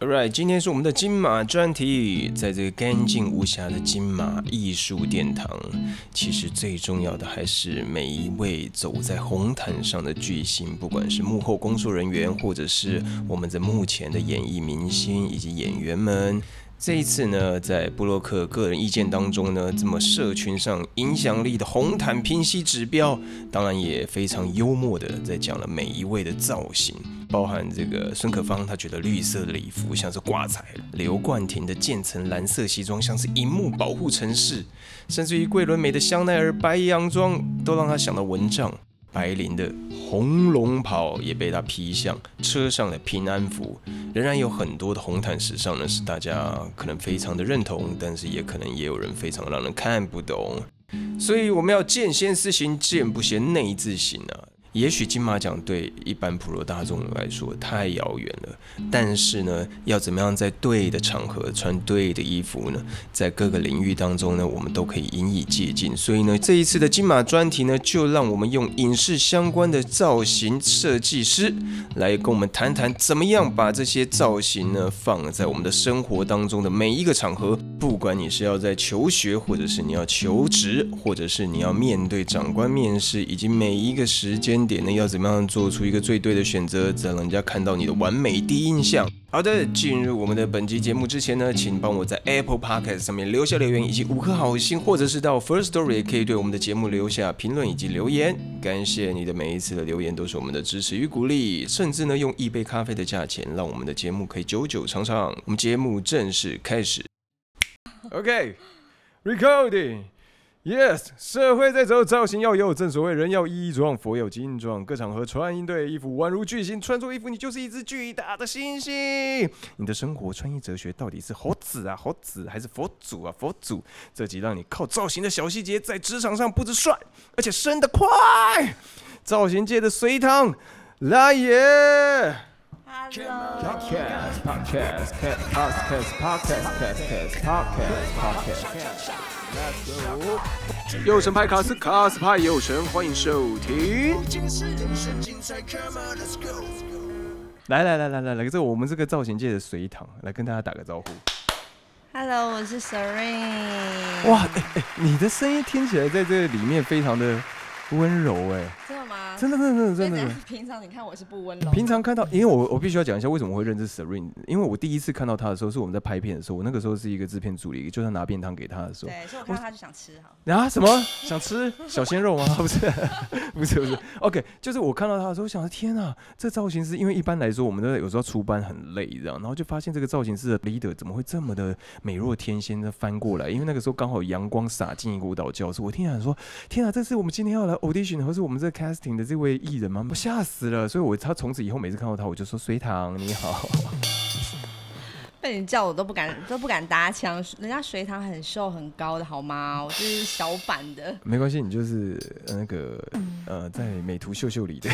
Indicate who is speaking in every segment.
Speaker 1: Alright，今天是我们的金马专题，在这个干净无瑕的金马艺术殿堂，其实最重要的还是每一位走在红毯上的巨星，不管是幕后工作人员，或者是我们的幕前的演艺明星以及演员们。这一次呢，在布洛克个人意见当中呢，这么社群上影响力的红毯拼析指标，当然也非常幽默的在讲了每一位的造型，包含这个孙可芳，她觉得绿色的礼服像是挂彩；刘冠廷的渐层蓝色西装像是荧幕保护城市，甚至于桂纶镁的香奈儿白洋装都让她想到蚊帐。白灵的红龙袍也被他披上，车上的平安符仍然有很多的红毯时尚呢，是大家可能非常的认同，但是也可能也有人非常让人看不懂。所以我们要见贤思行，见不贤内自省啊。也许金马奖对一般普罗大众来说太遥远了，但是呢，要怎么样在对的场合穿对的衣服呢？在各个领域当中呢，我们都可以引以借鉴。所以呢，这一次的金马专题呢，就让我们用影视相关的造型设计师来跟我们谈谈，怎么样把这些造型呢放在我们的生活当中的每一个场合。不管你是要在求学，或者是你要求职，或者是你要面对长官面试，以及每一个时间点呢，要怎么样做出一个最对的选择，再让人家看到你的完美第一印象。好的，进入我们的本期节目之前呢，请帮我在 Apple Podcast 上面留下留言以及五颗好星，或者是到 First Story 也可以对我们的节目留下评论以及留言。感谢你的每一次的留言，都是我们的支持与鼓励，甚至呢用一杯咖啡的价钱，让我们的节目可以久久长长。我们节目正式开始。OK，recording、Yes，社会在走，造型要有。正所谓人要衣装，佛有金装。各场合穿对衣服，宛如巨星。穿错衣服，你就是一只巨大的星星。你的生活穿衣哲学到底是猴子啊，猴子还是佛祖啊，佛祖？这集让你靠造型的小细节，在职场上不止帅，而且升得快。造型界的隋唐，来也！
Speaker 2: Hello，
Speaker 1: Podcast, podcast, podcast, podcast, podcast, podcast, podcast. Let's go. 右神派卡斯，卡斯派右神，欢迎收听。来来来来来来，这我们这个造型界的隋唐，来跟大家打个招呼。
Speaker 2: ，Hello，我是 Serene。
Speaker 1: 哇，哎、哎，你的声音听起来在这里面非常的温柔哎、
Speaker 2: 真的吗？
Speaker 1: 真的真的
Speaker 2: 所以
Speaker 1: 真的真的
Speaker 2: 等。下 平常你看我是不温柔的，
Speaker 1: 平常看到，因为我我必须要讲一下为什么会认识 Serene，因为我第一次看到他的时候是我们在拍片的时候，我那个时候是一个制片助理，就算拿便当给他的时候，
Speaker 2: 对，所以我看到他就想吃好。
Speaker 1: 啊什么想吃小鲜肉吗？ 不是，不是不是，OK，就是我看到他的时候，我想说天啊，这造型师，因为一般来说我们都有时候出班很累这样，然后就发现这个造型师的 leader 怎么会这么的美若天仙的翻过来？因为那个时候刚好阳光洒进一个舞蹈教室，我听想说天啊，这是我们今天要来 audition 和是我们这个 casting 的这位艺人吗？我吓死了，所以我他从此以后每次看到他，我就说隋唐你好，。
Speaker 2: 被你叫我都不敢都不敢搭腔，人家隋唐很瘦很高的好吗？我就是小版的
Speaker 1: 没关系，你就是呃那个呃在美图秀秀里的。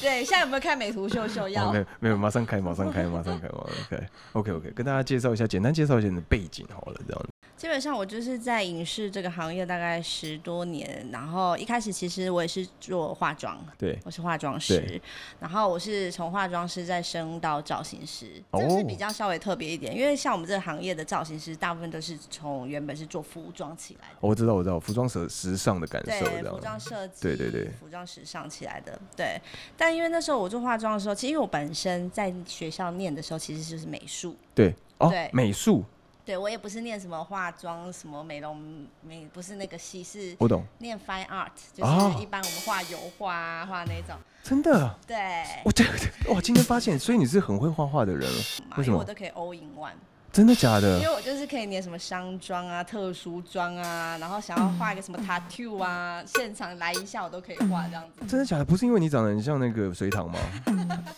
Speaker 2: 对，现在有没有看美图秀秀
Speaker 1: 哦，
Speaker 2: 要
Speaker 1: 没？有没有，马上开，马上开，马上开，马上开。OK OK，跟大家介绍一下，简单介绍一下你的背景好了，这样。
Speaker 2: 基本上我就是在影视这个行业大概十多年，然后一开始其实我也是做化妆，
Speaker 1: 对，
Speaker 2: 我是化妆
Speaker 1: 对
Speaker 2: 师，然后我是从化妆师再升到造型师，
Speaker 1: 哦
Speaker 2: 这个是比较稍微特别一点，因为像我们这个行业的造型师，大部分都是从原本是做服装起来的，
Speaker 1: 哦我知道，我知道，服装时时尚的感受
Speaker 2: 对，
Speaker 1: 这
Speaker 2: 服
Speaker 1: 样。
Speaker 2: 装设计，
Speaker 1: 对对对
Speaker 2: 服装时尚起来的，对。但因为那时候我做化妆的时候，其实因为我本身在学校念的时候其实就是美术，
Speaker 1: 对，哦
Speaker 2: 对，
Speaker 1: 美术
Speaker 2: 对我也不是念什么化妆什么美容美，不是那个系是。
Speaker 1: 我懂，
Speaker 2: 念 fine art 就
Speaker 1: 哦
Speaker 2: 是一般我们画油画啊，画那种，
Speaker 1: 真的，
Speaker 2: 对，
Speaker 1: 我这哇，今天发现，所以你是很会画画的人，
Speaker 2: 嘛
Speaker 1: 为什
Speaker 2: 因为我
Speaker 1: 么？
Speaker 2: 都可以 all in one。
Speaker 1: 真的假
Speaker 2: 因
Speaker 1: 的？
Speaker 2: 为我就是可以粘什么商妆啊、特殊妆啊，然后想要画一个什么 tattoo 啊，现场来一下我都可以画这样子。
Speaker 1: 真的假的？不是因为你长得很像那个隋 唐吗？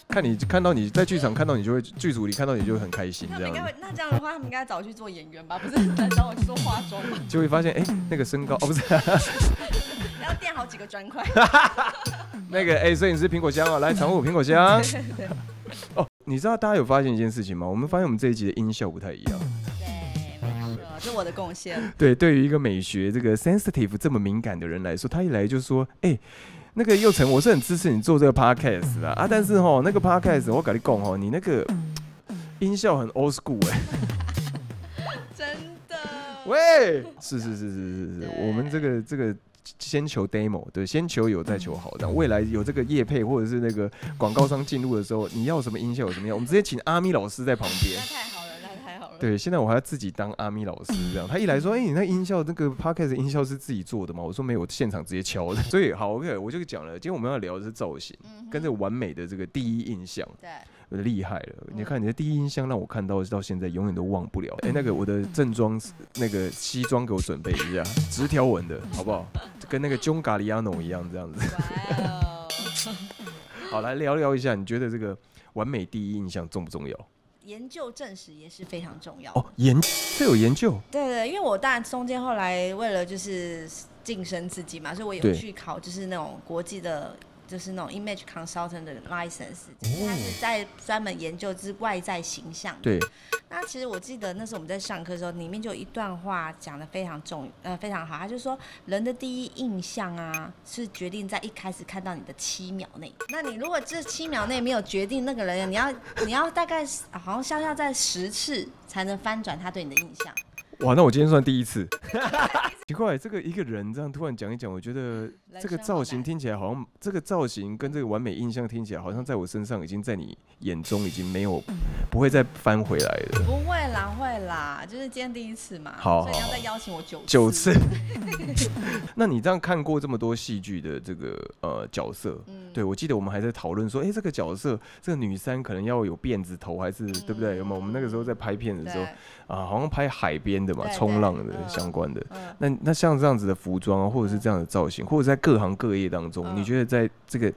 Speaker 1: 看你看到你在剧场看到你就会，剧组里看到你就会很开心
Speaker 2: 他
Speaker 1: 这
Speaker 2: 们应该
Speaker 1: 样，
Speaker 2: 哎会，那这样的话，他们应该找我去做演员吧？不是 来找我去做化妆吗？
Speaker 1: 就会发现哎、那个身高哦不是
Speaker 2: 要垫好几个砖块。
Speaker 1: 那个哎、摄影师苹果香啊，来常务苹果香。
Speaker 2: 对对
Speaker 1: 哦，你知道大家有发现一件事情吗？我们发现我们这一集的音效不太一样。
Speaker 2: 对，没错，这是我的贡献。
Speaker 1: 对，对于一个美学这个 sensitive 这么敏感的人来说，他一来就说：“哎、那个佑成，啊我是很支持你做这个 podcast 的啊，但是哦，那个 podcast 我跟你讲哦，你那个音效很 old school 哎、
Speaker 2: 真的。
Speaker 1: 喂，是是是是是是
Speaker 2: 嗯对，
Speaker 1: 我们这个这个先求 demo，对，先求有再求好。但未来有这个业配或者是那个广告商进入的时候，你要什么音效有什么样，我们直接请阿咪老师在旁边
Speaker 2: 那。太好了，那太好了。
Speaker 1: 对，现在我还要自己当阿咪老师这样。他一来说：“哎、你那音效那个 podcast 的音效是自己做的吗？”我说：“没有，我现场直接敲的。” 所以好，OK，我就讲了，今天我们要聊的是造型，
Speaker 2: 嗯哼
Speaker 1: 跟这个完美的这个第一印象。
Speaker 2: 对，
Speaker 1: 厉害了！你
Speaker 2: 嗯
Speaker 1: 看你的第一印象让我看到到现在永远都忘不了。哎、那个我的正装是那个西装给我准备一下，直条纹的好不好？跟那个 John Galliano 一样这样子。
Speaker 2: 哇哦，
Speaker 1: 好，来聊聊一下，你觉得这个完美第一印象重不重要？
Speaker 2: 研究证实也是非常重要的。
Speaker 1: 哦，研这有研究
Speaker 2: 对对，因为我当然中间后来为了就是晋升自己嘛，所以我有
Speaker 1: 对
Speaker 2: 去考就是那种国际的，就是那种 image consultant 的 license，就是
Speaker 1: 哦
Speaker 2: 它是在专门研究就是外在形象。。
Speaker 1: 对，
Speaker 2: 那其实我记得那时候我们在上课的时候，里面就有一段话讲的非常重，呃，非常好。他就说，人的第一印象啊，是决定在一开始看到你的七秒内。那你如果这七秒内没有决定那个人，你要你要大概好像像要在十次才能翻转他对你的印象。
Speaker 1: 哇，那我今天算第一 次。奇怪，这个一个人这样突然讲一讲，我觉得这个造型听起来好像，这个造型跟这个完美印象听起来好像在我身上已经在你眼中已经没 有不会再翻回来了。
Speaker 2: 不会啦，会啦，就是今天第一次嘛，
Speaker 1: 好
Speaker 2: 所以你要
Speaker 1: 好
Speaker 2: 再邀请我九次
Speaker 1: 九次。 那你这样看过这么多戏剧的这个呃角色，
Speaker 2: 嗯
Speaker 1: 对我记得我们还在讨论说，哎、这个角色这个女三可能要有辫子头，还是、对不对？有没有？我们那个时候在拍片的时候
Speaker 2: 对，
Speaker 1: 啊，好像拍海边的嘛，
Speaker 2: 对对
Speaker 1: 冲浪的
Speaker 2: 嗯
Speaker 1: 相关的。
Speaker 2: 嗯，
Speaker 1: 那那像这样子的服装啊，或者是这样的造型，或者在各行各业当中，
Speaker 2: 嗯
Speaker 1: 你觉得在这个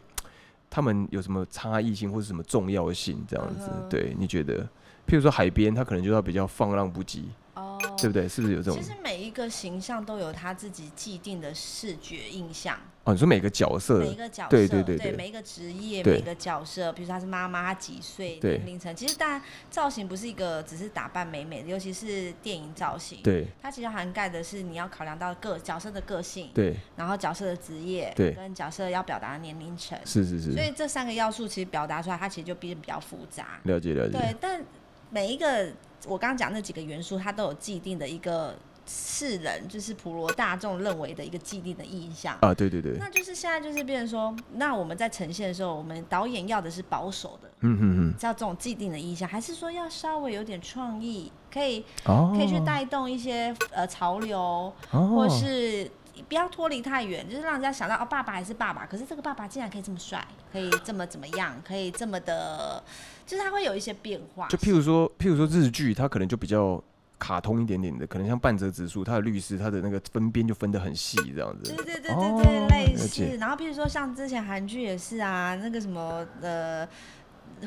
Speaker 1: 他们有什么差异性或者什么重要性？这样子，
Speaker 2: 嗯哼
Speaker 1: 对你觉得？譬如说海边，它可能就要比较放浪不羁，
Speaker 2: 哦，
Speaker 1: 对不对？是不是有这种
Speaker 2: 其？实每一个形象都有他自己既定的视觉印象，
Speaker 1: 哦，你说每个角色，
Speaker 2: 每一个角色，
Speaker 1: 对对对对
Speaker 2: 每一个职业，
Speaker 1: 对
Speaker 2: 每一个角色，比如说她是妈妈，她几岁，
Speaker 1: 对
Speaker 2: 年龄层。其实当然，造型不是一个只是打扮美美的，尤其是电影造型，
Speaker 1: 对
Speaker 2: 它其实涵盖的是你要考量到个角色的个性，
Speaker 1: 对，
Speaker 2: 然后角色的职业，
Speaker 1: 对
Speaker 2: 跟角色要表达的年龄层。
Speaker 1: 是是是
Speaker 2: 所，以这三个要素其实表达出来，它其实就变得比较复杂。
Speaker 1: 了解了解，
Speaker 2: 对，但每一个我刚刚讲那几个元素，它都有既定的一个世人，就是普罗大众认为的一个既定的印象。
Speaker 1: 啊，对对对，
Speaker 2: 那就是现在就是变成说，那我们在呈现的时候，我们导演要的是保守的，
Speaker 1: 嗯嗯
Speaker 2: 叫这种既定的印象，还是说要稍微有点创意，可以
Speaker 1: 嗯，哦，
Speaker 2: 可以去带动一些呃潮流，
Speaker 1: 哦，
Speaker 2: 或是不要脱离太远，就是让人家想到哦，爸爸还是爸爸，可是这个爸爸竟然可以这么帅，可以这么怎么样，可以这么的，就是他会有一些变化。
Speaker 1: 就譬如说，譬如说日剧，它可能就比较卡通一点点的，可能像半泽直树，它的律师，它的那个分边就分得很细，这样子
Speaker 2: 对，对对
Speaker 1: 哦
Speaker 2: 对对，类
Speaker 1: 了解
Speaker 2: 似。然后比如说像之前韩剧也是啊，那个什么呃。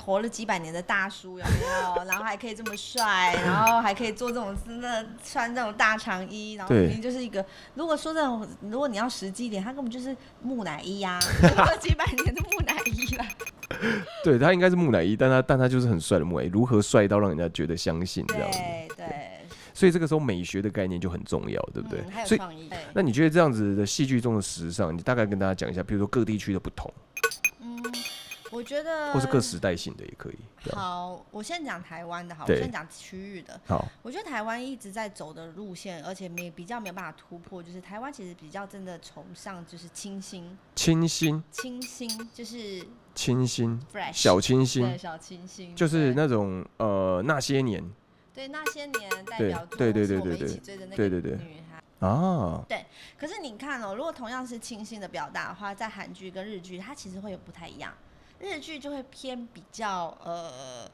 Speaker 2: 活了几百年的大叔有没有？然后还可以这么帅，然后还可以做这种真的穿这种大长衣，然后
Speaker 1: 对
Speaker 2: 明明就是一个。如果说这种，如果你要实际一点，他根本就是木乃伊呀、 活了几百年的木乃伊了。
Speaker 1: 对，他应该是木乃伊，但他但他就是很帅的木乃伊，如何帅到让人家觉得相信这样子，
Speaker 2: 对对，
Speaker 1: 所以这个时候美学的概念就很重要，对不对
Speaker 2: 嗯、还？有
Speaker 1: 所以，
Speaker 2: 创意。对
Speaker 1: 那你觉得这样子的戏剧中的时尚，你大概跟大家讲一下，譬如说各地区的不同，
Speaker 2: 嗯，我觉得
Speaker 1: 或是各时代性的也可以，这样
Speaker 2: 好，我先讲台湾的好，我
Speaker 1: 对
Speaker 2: 先讲区域的。
Speaker 1: 好，
Speaker 2: 我觉得台湾一直在走的路线，而且没比较没有办法突破，就是台湾其实比较真的崇尚就是清新，
Speaker 1: 清新，
Speaker 2: 清新就是
Speaker 1: 清新，
Speaker 2: fresh
Speaker 1: 小清新，
Speaker 2: 哎对小清新，
Speaker 1: 就是
Speaker 2: 对
Speaker 1: 那种呃那些年
Speaker 2: 对那些年代
Speaker 1: 对
Speaker 2: 表作，
Speaker 1: 对对
Speaker 2: 或是
Speaker 1: 对
Speaker 2: 我
Speaker 1: 对
Speaker 2: 们一
Speaker 1: 对
Speaker 2: 起追的那个
Speaker 1: 对对对
Speaker 2: 女孩。
Speaker 1: 啊，
Speaker 2: 可是你看哦，如果同样是清新的表达的话，在韩剧跟日剧，它其实会有不太一样。日剧就会偏比较呃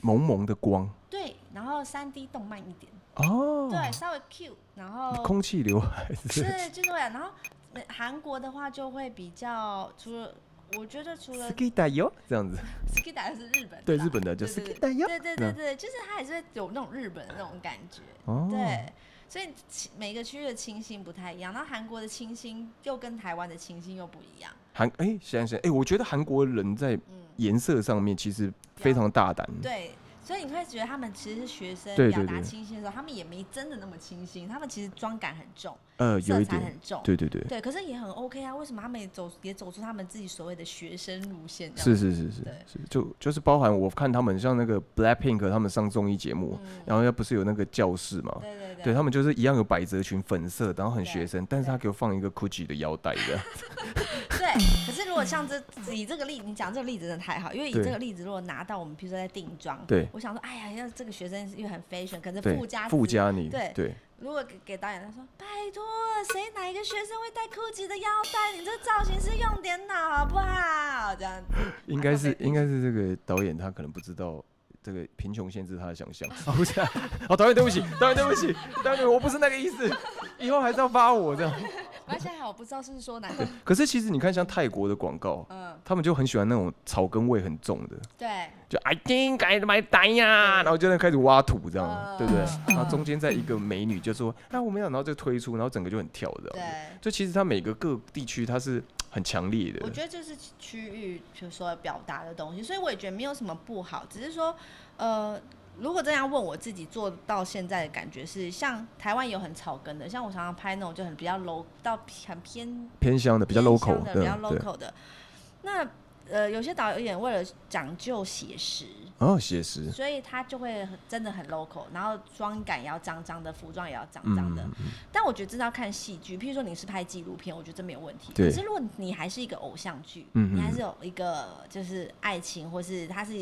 Speaker 1: 蒙蒙的光
Speaker 2: 对，然后三 D 动漫一点，
Speaker 1: 哦，
Speaker 2: 对，稍微 Q，然后
Speaker 1: 空气刘海是
Speaker 2: 是就是会啊然后呃韩国的话就会比较除了。我觉得除 了
Speaker 1: ski 打油这样子，
Speaker 2: Ski 打的是日本的，
Speaker 1: 对日本的就
Speaker 2: 对对
Speaker 1: ski 打油
Speaker 2: 对对对对，就是它还是会有那种日本的那种感觉，
Speaker 1: 哦，
Speaker 2: 对，所以其每个区域的清新不太一样，然后韩国的清新又跟台湾的清新又不一样，
Speaker 1: 韩哎想想哎，我觉得韩国人在
Speaker 2: 嗯，
Speaker 1: 颜色上面其实非常大胆，
Speaker 2: 对，所以你会觉得他们其实是学生
Speaker 1: 对
Speaker 2: 表
Speaker 1: 对
Speaker 2: 达
Speaker 1: 对
Speaker 2: 清新的时候，他们也没真的那么清新，他们其实妆感很重，
Speaker 1: 呃，有
Speaker 2: 色
Speaker 1: 一
Speaker 2: 彩
Speaker 1: 点，
Speaker 2: 很重，
Speaker 1: 对对对，
Speaker 2: 对，可是也很 OK 啊。为什么他们也走也走出他们自己所谓的学生路线？
Speaker 1: 是，是是是
Speaker 2: 对
Speaker 1: 是，就就是包含我看他们像那个 Blackpink 他们上综艺节目，
Speaker 2: 嗯，
Speaker 1: 然后要不是有那个教室嘛，
Speaker 2: 对对对，
Speaker 1: 对他们就是一样有百褶裙，粉色，然后很
Speaker 2: 对
Speaker 1: 学生，但是
Speaker 2: 对
Speaker 1: 他给我放一个 Gucci 的腰带 这样，
Speaker 2: 对，可是如果像这以这个例，你讲这个例子真的太好，因为以
Speaker 1: 对
Speaker 2: 这个例子，如果拿到我们，比如说在定妆，
Speaker 1: 对
Speaker 2: 我想说，哎呀，要这个学生又很 fashion，可是
Speaker 1: 对
Speaker 2: 附加，
Speaker 1: 附
Speaker 2: 值，
Speaker 1: 加你，
Speaker 2: 对
Speaker 1: 对
Speaker 2: 如果给给导演他说，拜托，谁哪一个学生会戴 GUCCI 的腰带？你这造型师用点脑好不好？这样子，
Speaker 1: 应该是
Speaker 2: 马上被
Speaker 1: 应该是这个导演他可能不知道。这个贫穷限制他的想象， 哦，不是、啊，哦，导演对不起，导演对不起，导演对不起我不是那个意思，以后还是要发我这样。
Speaker 2: 而且还好，我不知道是说哪 个，
Speaker 1: 可是其实你看，像泰国的广告，
Speaker 2: 嗯，
Speaker 1: 他们就很喜欢那种草根味很重的，
Speaker 2: 对，
Speaker 1: 就 I think I my die 呀，然后就在开始挖土这样，
Speaker 2: 嗯
Speaker 1: 对不对
Speaker 2: 嗯？
Speaker 1: 然后中间在一个美女就说，啊那我们要，然后就推出，然后整个就很跳这样。
Speaker 2: 对。
Speaker 1: 就其实它每个各地区它是很强烈
Speaker 2: 我
Speaker 1: 的，
Speaker 2: 觉得这是区域，比如说表达的东西，所以我也觉得没有什么不好，只是说，呃，如果真要问我自己做到现在的感觉是，像台湾有很草根的，像我常常拍那种就很比较 low 到很偏
Speaker 1: 偏乡的比较
Speaker 2: 偏
Speaker 1: local
Speaker 2: 乡的，比较
Speaker 1: 对。
Speaker 2: local 的。那呃，有些导演为了讲究写实，
Speaker 1: 哦，写实，
Speaker 2: 所以他就会很真的很 local，然后妆感也要脏脏的，服装也要脏脏
Speaker 1: 嗯
Speaker 2: 的。，但我觉得真的要看戏剧，譬如说你是拍纪录片，我觉得这没有问题。
Speaker 1: 对
Speaker 2: 可是如果你还是一个偶像剧，
Speaker 1: 嗯嗯
Speaker 2: 你还是有一个就是爱情，或是它是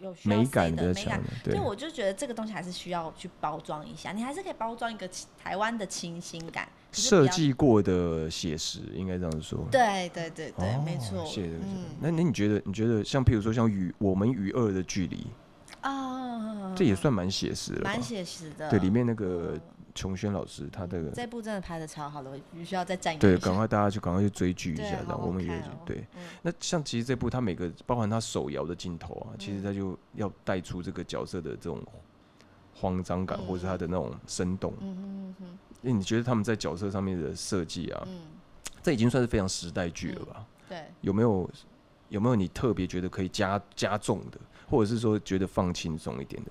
Speaker 2: 有需要
Speaker 1: 美
Speaker 2: C
Speaker 1: 感
Speaker 2: 的
Speaker 1: 比较
Speaker 2: 美感
Speaker 1: 强，的，
Speaker 2: 所
Speaker 1: 对
Speaker 2: 以。我就觉得这个东西还是需要去包装一下，你还是可以包装一个清台湾的清新感，可是不
Speaker 1: 设
Speaker 2: 要。
Speaker 1: 计过的写实，应该这样说。
Speaker 2: 对对对对，
Speaker 1: 哦
Speaker 2: 没错。
Speaker 1: 谢谢谢谢
Speaker 2: 嗯
Speaker 1: 那那你觉得，你觉得像譬如说像与我们与恶的距离，
Speaker 2: 啊，
Speaker 1: 这也算蛮写实了吧
Speaker 2: 蛮？写实的。
Speaker 1: 对，里面那个
Speaker 2: 嗯
Speaker 1: 琼轩老师，他的
Speaker 2: 这部真的拍的超好的，我必须要再赞扬
Speaker 1: 对，
Speaker 2: 一下
Speaker 1: 赶快大家去赶快去追剧一
Speaker 2: 对
Speaker 1: 下，这
Speaker 2: 好
Speaker 1: 样
Speaker 2: 好
Speaker 1: 我们也
Speaker 2: 看
Speaker 1: 有
Speaker 2: 哦
Speaker 1: 对。
Speaker 2: 嗯
Speaker 1: 那像其实这部它每个包含它手摇的镜头啊，其实
Speaker 2: 嗯
Speaker 1: 它就要带出这个角色的这种慌张感，或是他的那种生动。
Speaker 2: 嗯嗯嗯嗯
Speaker 1: 因为你觉得他们在角色上面的设计啊，
Speaker 2: 嗯，
Speaker 1: 这已经算是非常时代剧了吧？
Speaker 2: 对。
Speaker 1: 有没有有没有你特别觉得可以加加重的，或者是说觉得放轻松一点的？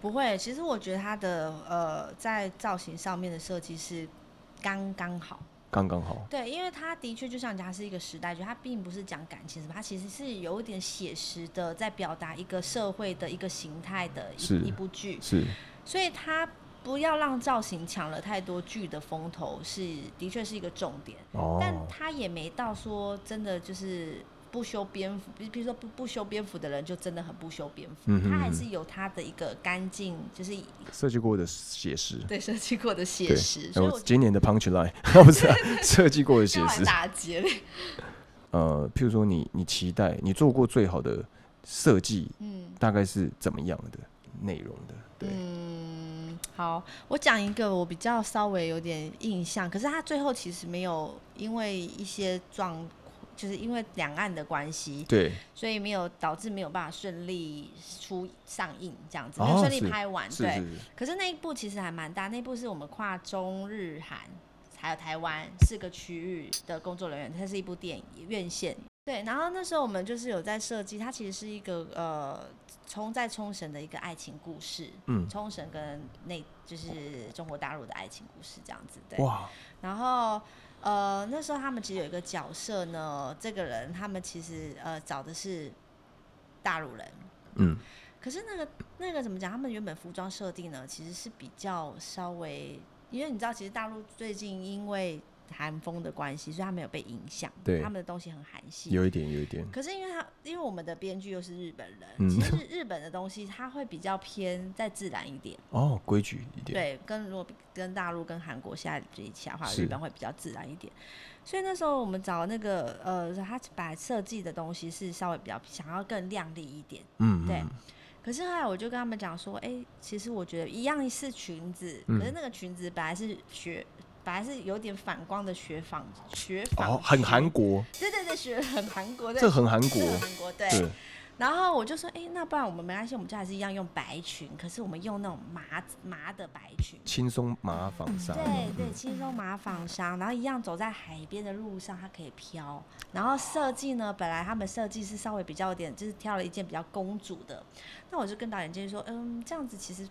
Speaker 2: 不会，其实我觉得它的呃，在造型上面的设计是刚刚好。
Speaker 1: 刚刚好，
Speaker 2: 对，因为它的确就像你讲，它是一个时代剧，它并不是讲感情什么，它其实是有一点写实的，在表达一个社会的一个形态的
Speaker 1: 是
Speaker 2: 一一部剧，
Speaker 1: 是
Speaker 2: 所以它不要让造型抢了太多剧的风头，是的确是一个重点。
Speaker 1: 哦，
Speaker 2: 但他也没到说真的就是不修边幅，比比如说不不修边幅的人就真的很不修边幅，
Speaker 1: 嗯哼
Speaker 2: 他还
Speaker 1: 嗯
Speaker 2: 是有他的一个干净，就是
Speaker 1: 设计过的写实。
Speaker 2: 对设计过的写
Speaker 1: 对
Speaker 2: 实，
Speaker 1: 哎
Speaker 2: 所以
Speaker 1: 我
Speaker 2: 我
Speaker 1: 今年的 punch line，不是 啊设计过的写
Speaker 2: 今
Speaker 1: 实
Speaker 2: 晚。打结 了。
Speaker 1: 呃，譬如说你你期待你做过最好的设计，
Speaker 2: 嗯
Speaker 1: 大概是怎么样的内容的？对，
Speaker 2: 嗯，好，我讲一个我比较稍微有点印象，可是他最后其实没有因为一些状。就是因为两岸的关系，
Speaker 1: 对，
Speaker 2: 所以没有导致没有办法顺利出上映这样子，
Speaker 1: 哦
Speaker 2: 没有顺利
Speaker 1: 是
Speaker 2: 拍完。
Speaker 1: 是
Speaker 2: 对，
Speaker 1: 是是，
Speaker 2: 可是那一部其实还蛮大，那一部是我们跨中日韩还有台湾四个区域的工作人员，它是一部电影院线。对，然后那时候我们就是有在设计，它其实是一个呃冲在冲绳的一个爱情故事，
Speaker 1: 嗯，
Speaker 2: 冲绳跟那就是中国大陆的爱情故事这样子。对，
Speaker 1: 哇，
Speaker 2: 然后呃那时候他们其实有一个角色呢，这个人他们其实呃找的是大陆人，
Speaker 1: 嗯，
Speaker 2: 可是那个那个怎么讲？他们原本服装设定呢，其实是比较稍微，因为你知道，其实大陆最近因为韩风的关系，所以他没有被影响，
Speaker 1: 对
Speaker 2: 他们的东西很韩系。
Speaker 1: 有一点，有一点，
Speaker 2: 可是因为他，因为我们的编剧又是日本人，
Speaker 1: 嗯
Speaker 2: 其实日本的东西它会比较偏再自然一点，
Speaker 1: 哦，规矩一点，
Speaker 2: 对，跟如果比跟大陆跟韩国现在比起来的话，
Speaker 1: 是
Speaker 2: 日本会比较自然一点。所以那时候我们找那个呃，他把设计的东西是稍微比较想要更亮丽一点，
Speaker 1: 嗯，
Speaker 2: 对
Speaker 1: 嗯
Speaker 2: 可是后来我就跟他们讲说，哎、其实我觉得一样是裙子，
Speaker 1: 嗯
Speaker 2: 可是那个裙子本来是雪，本来是有点反光的雪纺，雪纺、
Speaker 1: 哦，很韩，国，
Speaker 2: 对对对，雪很韩国的，
Speaker 1: 这很韩
Speaker 2: 这
Speaker 1: 国，
Speaker 2: 很韩国，对。
Speaker 1: 对，
Speaker 2: 然后我就说，哎，那不然我们没关系，我们就还是一样用白裙，可是我们用那种麻麻的白裙。
Speaker 1: 轻松麻纺纱那种
Speaker 2: 对对，轻松麻纺纱，然后一样走在海边的路上，它可以飘。然后设计呢，本来他们设计是稍微比较有点，就是挑了一件比较公主的。那我就跟导演建议说，嗯，这样子其实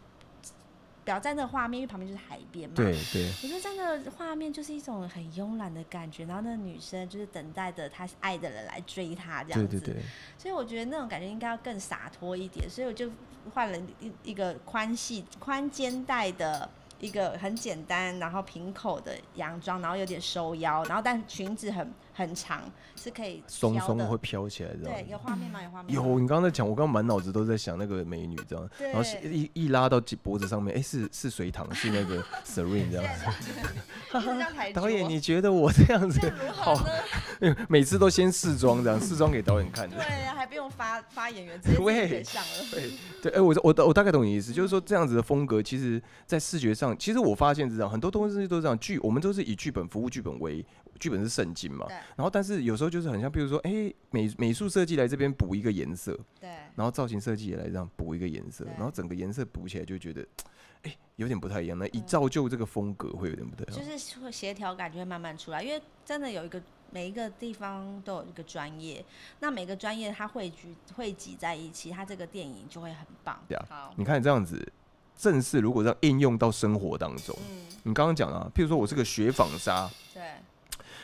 Speaker 2: 表在那个画面，因为旁边就是海边嘛。
Speaker 1: 对对，
Speaker 2: 我觉得在那个画面就是一种很慵懒的感觉，然后那个女生就是等待着她爱的人来追她这样
Speaker 1: 对
Speaker 2: 子。
Speaker 1: 对对，
Speaker 2: 所以我觉得那种感觉应该要更洒脱一点，所以我就换了一一个宽系宽肩带的一个很简单，然后平口的洋装，然后有点收腰，然后但裙子很很长，是可以
Speaker 1: 松
Speaker 2: 飘
Speaker 1: 松
Speaker 2: 的
Speaker 1: 会飘起来，知道
Speaker 2: 对，有
Speaker 1: 吗？
Speaker 2: 画面吗？有画面
Speaker 1: 有，
Speaker 2: 吗。
Speaker 1: 你刚刚在讲，我刚刚满脑子都在想那个美女这样，然后是
Speaker 2: 对
Speaker 1: 一一拉到脖子上面，哎，是是隋唐，是那 个 Serene 这样。
Speaker 2: 一直这样抬
Speaker 1: 导演，
Speaker 2: 桌
Speaker 1: 你觉得我这样子
Speaker 2: 这样如
Speaker 1: 好
Speaker 2: 何呢？
Speaker 1: 每次都先试妆，这样试妆给导演看的
Speaker 2: 对。啊，还不用发发演员，直接自 己
Speaker 1: 喂
Speaker 2: 给上了。
Speaker 1: 对对，哎、我我我大概懂你的意思，就是说这样子的风格，其实在视觉上，其实我发现是这样，很多东西都是这样，剧我们都是以剧本服务剧本为剧本是圣经嘛
Speaker 2: 对，
Speaker 1: 然后但是有时候就是很像，比如说，哎、美美术设计来这边补一个颜色，
Speaker 2: 对
Speaker 1: 然后造型设计也来这样补一个颜色，
Speaker 2: 对
Speaker 1: 然后整个颜色补起来就觉得，哎、有点不太一样，那一
Speaker 2: 嗯
Speaker 1: 造就这个风格会有点不太一
Speaker 2: 就
Speaker 1: 样，
Speaker 2: 是会协调感就会慢慢出来，因为真的有一个每一个地方都有一个专业，那每个专业它汇聚汇集在一起，它这个电影就会很棒。
Speaker 1: 对啊
Speaker 2: 好，
Speaker 1: 你看这样子，正是如果让应用到生活当中，
Speaker 2: 嗯，
Speaker 1: 你刚刚讲啊，譬如说我是个雪纺纱，
Speaker 2: 对，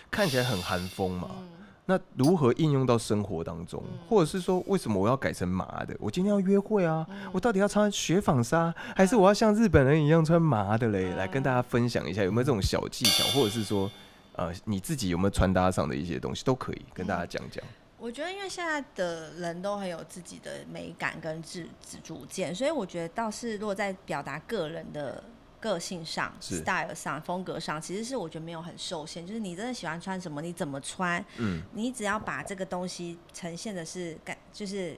Speaker 1: 看起来很韩风嘛。
Speaker 2: 嗯，
Speaker 1: 那如何应用到生活当中，
Speaker 2: 嗯
Speaker 1: 或者是说，为什么我要改成麻的？我今天要约会啊，
Speaker 2: 嗯
Speaker 1: 我到底要穿雪纺纱，还是我要像日本人一样穿麻的嘞？
Speaker 2: 嗯
Speaker 1: 来跟大家分享一下，有没有这种小技巧，或者是说，呃，你自己有没有穿搭上的一些东西，都可以跟大家讲讲。
Speaker 2: 我觉得因为现在的人都很有自己的美感跟自自主见，所以我觉得倒是落在表达个人的。个性上、
Speaker 1: 是
Speaker 2: style 上、风格上，其实是我觉得没有很受限，就是你真的喜欢穿什么，你怎么穿，
Speaker 1: 嗯，
Speaker 2: 你只要把这个东西呈现的是感，就是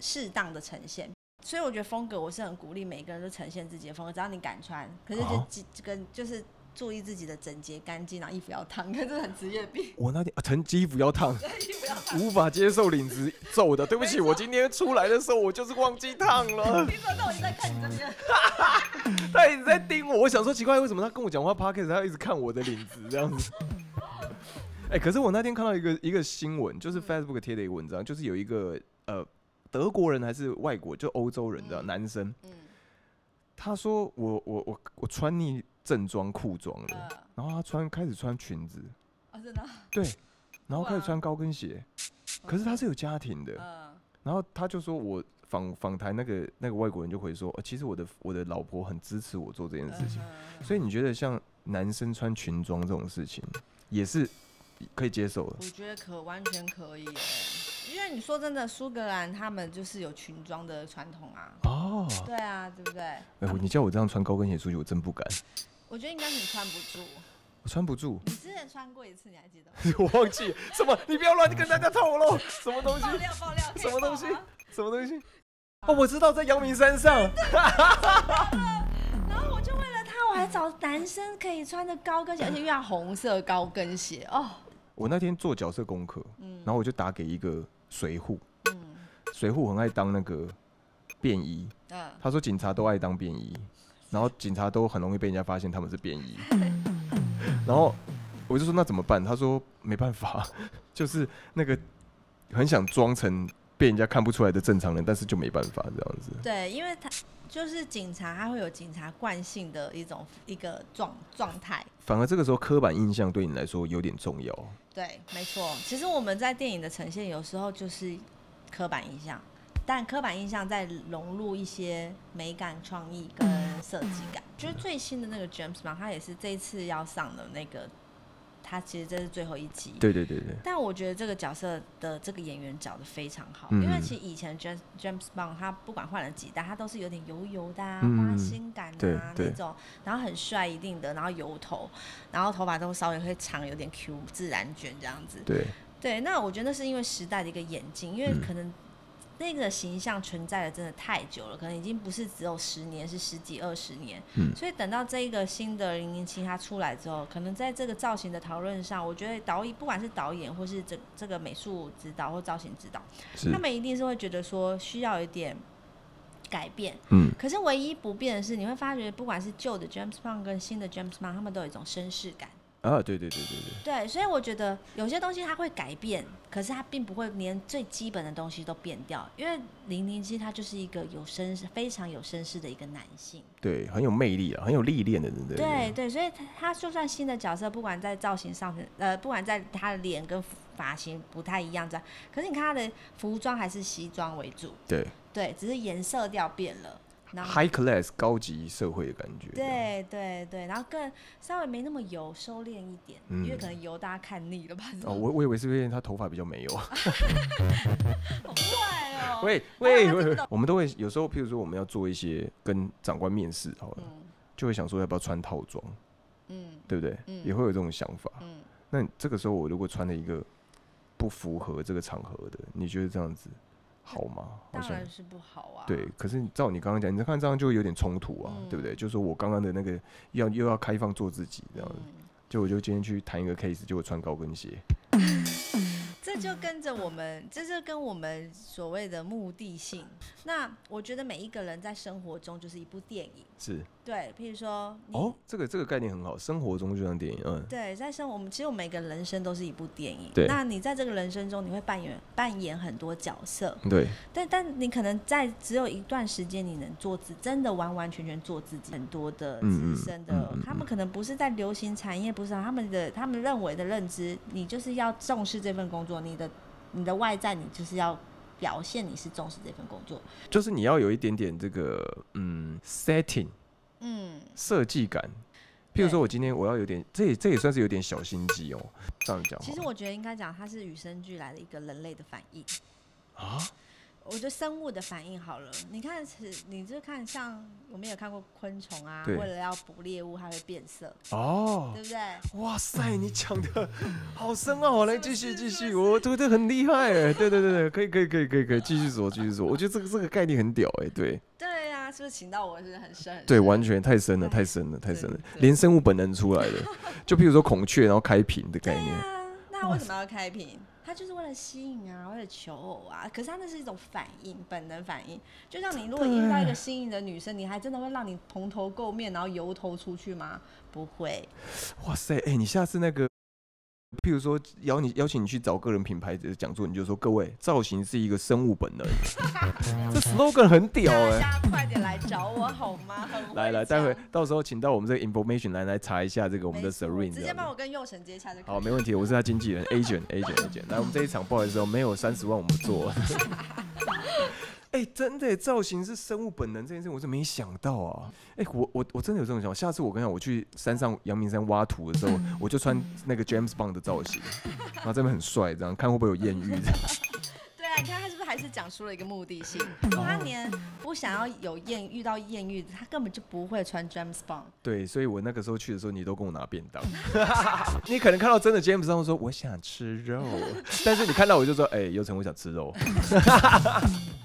Speaker 2: 适当的呈现。所以我觉得风格，我是很鼓励每个人都呈现自己的风格，只要你敢穿。可是
Speaker 1: 好
Speaker 2: 就几这个就是注意自己的整洁干净，然后衣服要烫，可是这很职业病。
Speaker 1: 我那天啊，成绩衣服要 烫，
Speaker 2: 衣服要烫，
Speaker 1: 无法接受领子皱的。对不起，我今天出来的时候我就是忘记烫了。
Speaker 2: 衣服到底在看你这边？
Speaker 1: 他一直在盯我，我想说奇怪，为什么他跟我讲话 p o c k e t 他要一直看我的领子这 样子？哎、可是我那天看到一个一个新闻，
Speaker 2: 嗯
Speaker 1: 就是 Facebook 贴的一个文章，就是有一个呃德国人还是外国，就欧洲人的
Speaker 2: 嗯
Speaker 1: 男生，
Speaker 2: 嗯，
Speaker 1: 他说我我我我穿腻正装裤装了，
Speaker 2: 呃，
Speaker 1: 然后他穿开始穿裙子，
Speaker 2: 哦，真的，
Speaker 1: 对，然后开始
Speaker 2: 哇
Speaker 1: 穿高跟鞋，可是他是有家庭的，
Speaker 2: 嗯，
Speaker 1: 然后他就说我访访谈那个那个外国人就回说，呃、其实我的我的老婆很支持我做这件
Speaker 2: 嗯
Speaker 1: 事情。
Speaker 2: 嗯
Speaker 1: 所以你觉得像男生穿裙装这种事情，也是可以接受的
Speaker 2: 我觉得可完全可以耶，因为你说真的，苏格兰他们就是有裙装的传统啊。
Speaker 1: 哦。
Speaker 2: 对啊，对不对？
Speaker 1: 哎、我你叫我这样穿高跟鞋出去，我真不敢，
Speaker 2: 我觉得应该是你穿不住。。
Speaker 1: 我穿不住
Speaker 2: 你之前穿过一次，你还记得吗？
Speaker 1: 我忘记什么？你不要乱跟大家透露什么东西
Speaker 2: 爆，料爆料，可以
Speaker 1: 什么
Speaker 2: 爆啊
Speaker 1: 东西
Speaker 2: 吗
Speaker 1: 什么东西。哦，我知道，在阳明山上。
Speaker 2: 然后我就为了他，我还找男生可以穿的高跟鞋，而且又要红色高跟鞋哦。
Speaker 1: 我那天做角色功课，
Speaker 2: 嗯
Speaker 1: 然后我就打给一个随护，
Speaker 2: 嗯
Speaker 1: 随护很爱当那个便衣，
Speaker 2: 嗯，
Speaker 1: 他说警察都爱当便衣，然后警察都很容易被人家发现他们是便衣。然后我就说那怎么办？他说没办法， 就是那个很想装成被人家看不出来的正常人，但是就没办法这样子。
Speaker 2: 对，因为他就是警察，他会有警察惯性的一种一个状状态。
Speaker 1: 反而这个时候刻板印象对你来说有点重要。
Speaker 2: 对，没错。其实我们在电影的呈现，有时候就是刻板印象，但刻板印象再融入一些美感、创意跟设计感。就是最新的那个 James Bond，他也是这一次要上的那个，他其实这是最后一集。
Speaker 1: 对对对对，
Speaker 2: 但我觉得这个角色的这个演员找的非常好，
Speaker 1: 嗯
Speaker 2: 因为其实以前 James James Bond 他不管换了几代，他都是有点油油的、啊、
Speaker 1: 嗯
Speaker 2: 花心感
Speaker 1: 对
Speaker 2: 啊
Speaker 1: 对
Speaker 2: 那种，然后很帅一定的，然后油头，然后头发都稍微会长，有点 Q 自然卷这样子。
Speaker 1: 对，
Speaker 2: 对，那我觉得那是因为时代的一个演进，因为
Speaker 1: 嗯
Speaker 2: 可能那个形象存在的真的太久了，可能已经不是只有十年，是十几二十年。
Speaker 1: 嗯
Speaker 2: 所以等到这一个新的零零七它出来之后，可能在这个造型的讨论上，我觉得导演不管是导演或是这这个美术指导或造型指导，
Speaker 1: 是
Speaker 2: 他们一定是会觉得说需要一点改变。
Speaker 1: 嗯，
Speaker 2: 可是唯一不变的是，你会发觉不管是旧的 James Bond 跟新的 James Bond，他们都有一种绅士感。
Speaker 1: 啊，对对对对对，
Speaker 2: 对，所以我觉得有些东西它会改变，可是它并不会连最基本的东西都变掉，因为零零七他就是一个有绅士、非常有绅士的一个男性。
Speaker 1: 对，很有魅力啊，很有历练的人，对
Speaker 2: 对对，所以他他就算新的角色，不管在造型上面，呃，不管在他的脸跟发型不太一样这样，可是你看他的服装还是西装为主，
Speaker 1: 对
Speaker 2: 对，只是颜色调变了，然后。
Speaker 1: ，high class 高级社会的感觉，这样，
Speaker 2: 对对对，然后更稍微没那么油，收敛一点，因为
Speaker 1: 嗯
Speaker 2: 可能油大家看腻了吧？
Speaker 1: 哦，我我以为是因为他头发比较没有，
Speaker 2: 好怪哦、
Speaker 1: 喂
Speaker 2: 哎
Speaker 1: 喂
Speaker 2: 我还
Speaker 1: 喂
Speaker 2: 不懂，
Speaker 1: 我们都会有时候，譬如说我们要做一些跟长官面试好了，
Speaker 2: 嗯
Speaker 1: 就会想说要不要穿套装，
Speaker 2: 嗯
Speaker 1: 对不对？
Speaker 2: 嗯
Speaker 1: 也会有这种想法。
Speaker 2: 嗯，
Speaker 1: 那你这个时候我如果穿了一个不符合这个场合的，你觉得这样子好吗？好
Speaker 2: 当
Speaker 1: 像
Speaker 2: 然是不好啊。嗯
Speaker 1: 对，可是你照你刚刚讲，你看这样就会有点冲突啊，对不对？就是我刚刚的那个要又要开放做自己这样子，
Speaker 2: 嗯，
Speaker 1: 就我就今天去谈一个 case，就我穿高跟鞋，
Speaker 2: 这就跟着我们，这就跟我们所谓的目的性。那我觉得每一个人在生活中就是一部电影，
Speaker 1: 是
Speaker 2: 对，譬如说你，
Speaker 1: 哦，这个这个概念很好，生活中就像电影，嗯，
Speaker 2: 对，在生活我们其实我们每个人生都是一部电影。
Speaker 1: 对
Speaker 2: 那你在这个人生中，你会扮演扮演很多角色，
Speaker 1: 对，
Speaker 2: 但但你可能在只有一段时间，你能做自真的完完全全做自己。很多的
Speaker 1: 嗯嗯
Speaker 2: 资深
Speaker 1: 嗯
Speaker 2: 的，
Speaker 1: 嗯
Speaker 2: 他们可能不是在流行产业，不是啊他们的他们认为的认知，你就是要重视这份工作，你的你的外在，你就是要表现你是重视这份工作。
Speaker 1: 就是你要有一点点这个嗯 setting
Speaker 2: 嗯，
Speaker 1: 设计感。譬如
Speaker 2: 对
Speaker 1: 说，我今天我要有点，这也这也算是有点小心机哦。这样讲好了，
Speaker 2: 其实我觉得应该讲它是与生俱来的一个人类的反应。
Speaker 1: 啊，
Speaker 2: 我觉得生物的反应好了，你看是，你就看像我们有看过昆虫啊，
Speaker 1: 对
Speaker 2: 为了要捕猎物，它会变色，
Speaker 1: 哦，
Speaker 2: 对不对？
Speaker 1: 哇塞，你讲的好深奥、啊！来继续继续，我觉得很厉害哎，对对对对，可以可以可以可以可以，继续说继续说，我觉得这个这个概念很屌哎，对
Speaker 2: 对呀、是不是请到我是很深很
Speaker 1: 对，
Speaker 2: 深
Speaker 1: 完全太深了
Speaker 2: 对
Speaker 1: 太深了太深了
Speaker 2: 对，对
Speaker 1: 连生物本能出来的，就譬如说孔雀，然后开屏的概
Speaker 2: 对
Speaker 1: 念，
Speaker 2: 啊，那他为什么要开屏？他就是为了吸引啊，为了求偶啊。可是他那是一种反应，本能反应。就像你如果遇到
Speaker 1: 哎
Speaker 2: 一个心仪的女生，你还真的会让你蓬头垢面，然后油头出去吗？不会。
Speaker 1: 哇塞，哎，你下次那个。譬如说，邀你邀请你去找个人品牌的讲座，你就说各位，造型是一个生物本 能，这 slogan 很屌哎、
Speaker 2: 大家快点来找我好吗？很会
Speaker 1: 来来，待会
Speaker 2: 讲
Speaker 1: 到时候请到我们这个 information 来来查一下这个我们的
Speaker 2: 没错
Speaker 1: Serene，
Speaker 2: 直
Speaker 1: 这
Speaker 2: 接
Speaker 1: 样子
Speaker 2: 帮我跟佑成接洽就可以
Speaker 1: 好，。没问题，我是他经纪人 agent agent agent。来，我们这一场不好意思哦，没有三十万我们做。哎、真的耶，造型是生物本能这件事，我是没想到啊。哎、我我我真的有这种想法。下次我跟你讲，我去山上阳明山挖土的时候，我就穿那个 James Bond 的造型，然后这边很帅，这样看会不会有艳遇这样。
Speaker 2: 对啊，你看他是不是还是讲出了一个目的性？如
Speaker 1: 哦
Speaker 2: 果他连不想要有艳遇到艳遇，他根本就不会穿 James Bond。
Speaker 1: 对，所以我那个时候去的时候，你都跟我拿便当。 你可能看到真的 James Bond 说我想吃肉，但是你看到我就说，哎、尤成我想吃肉。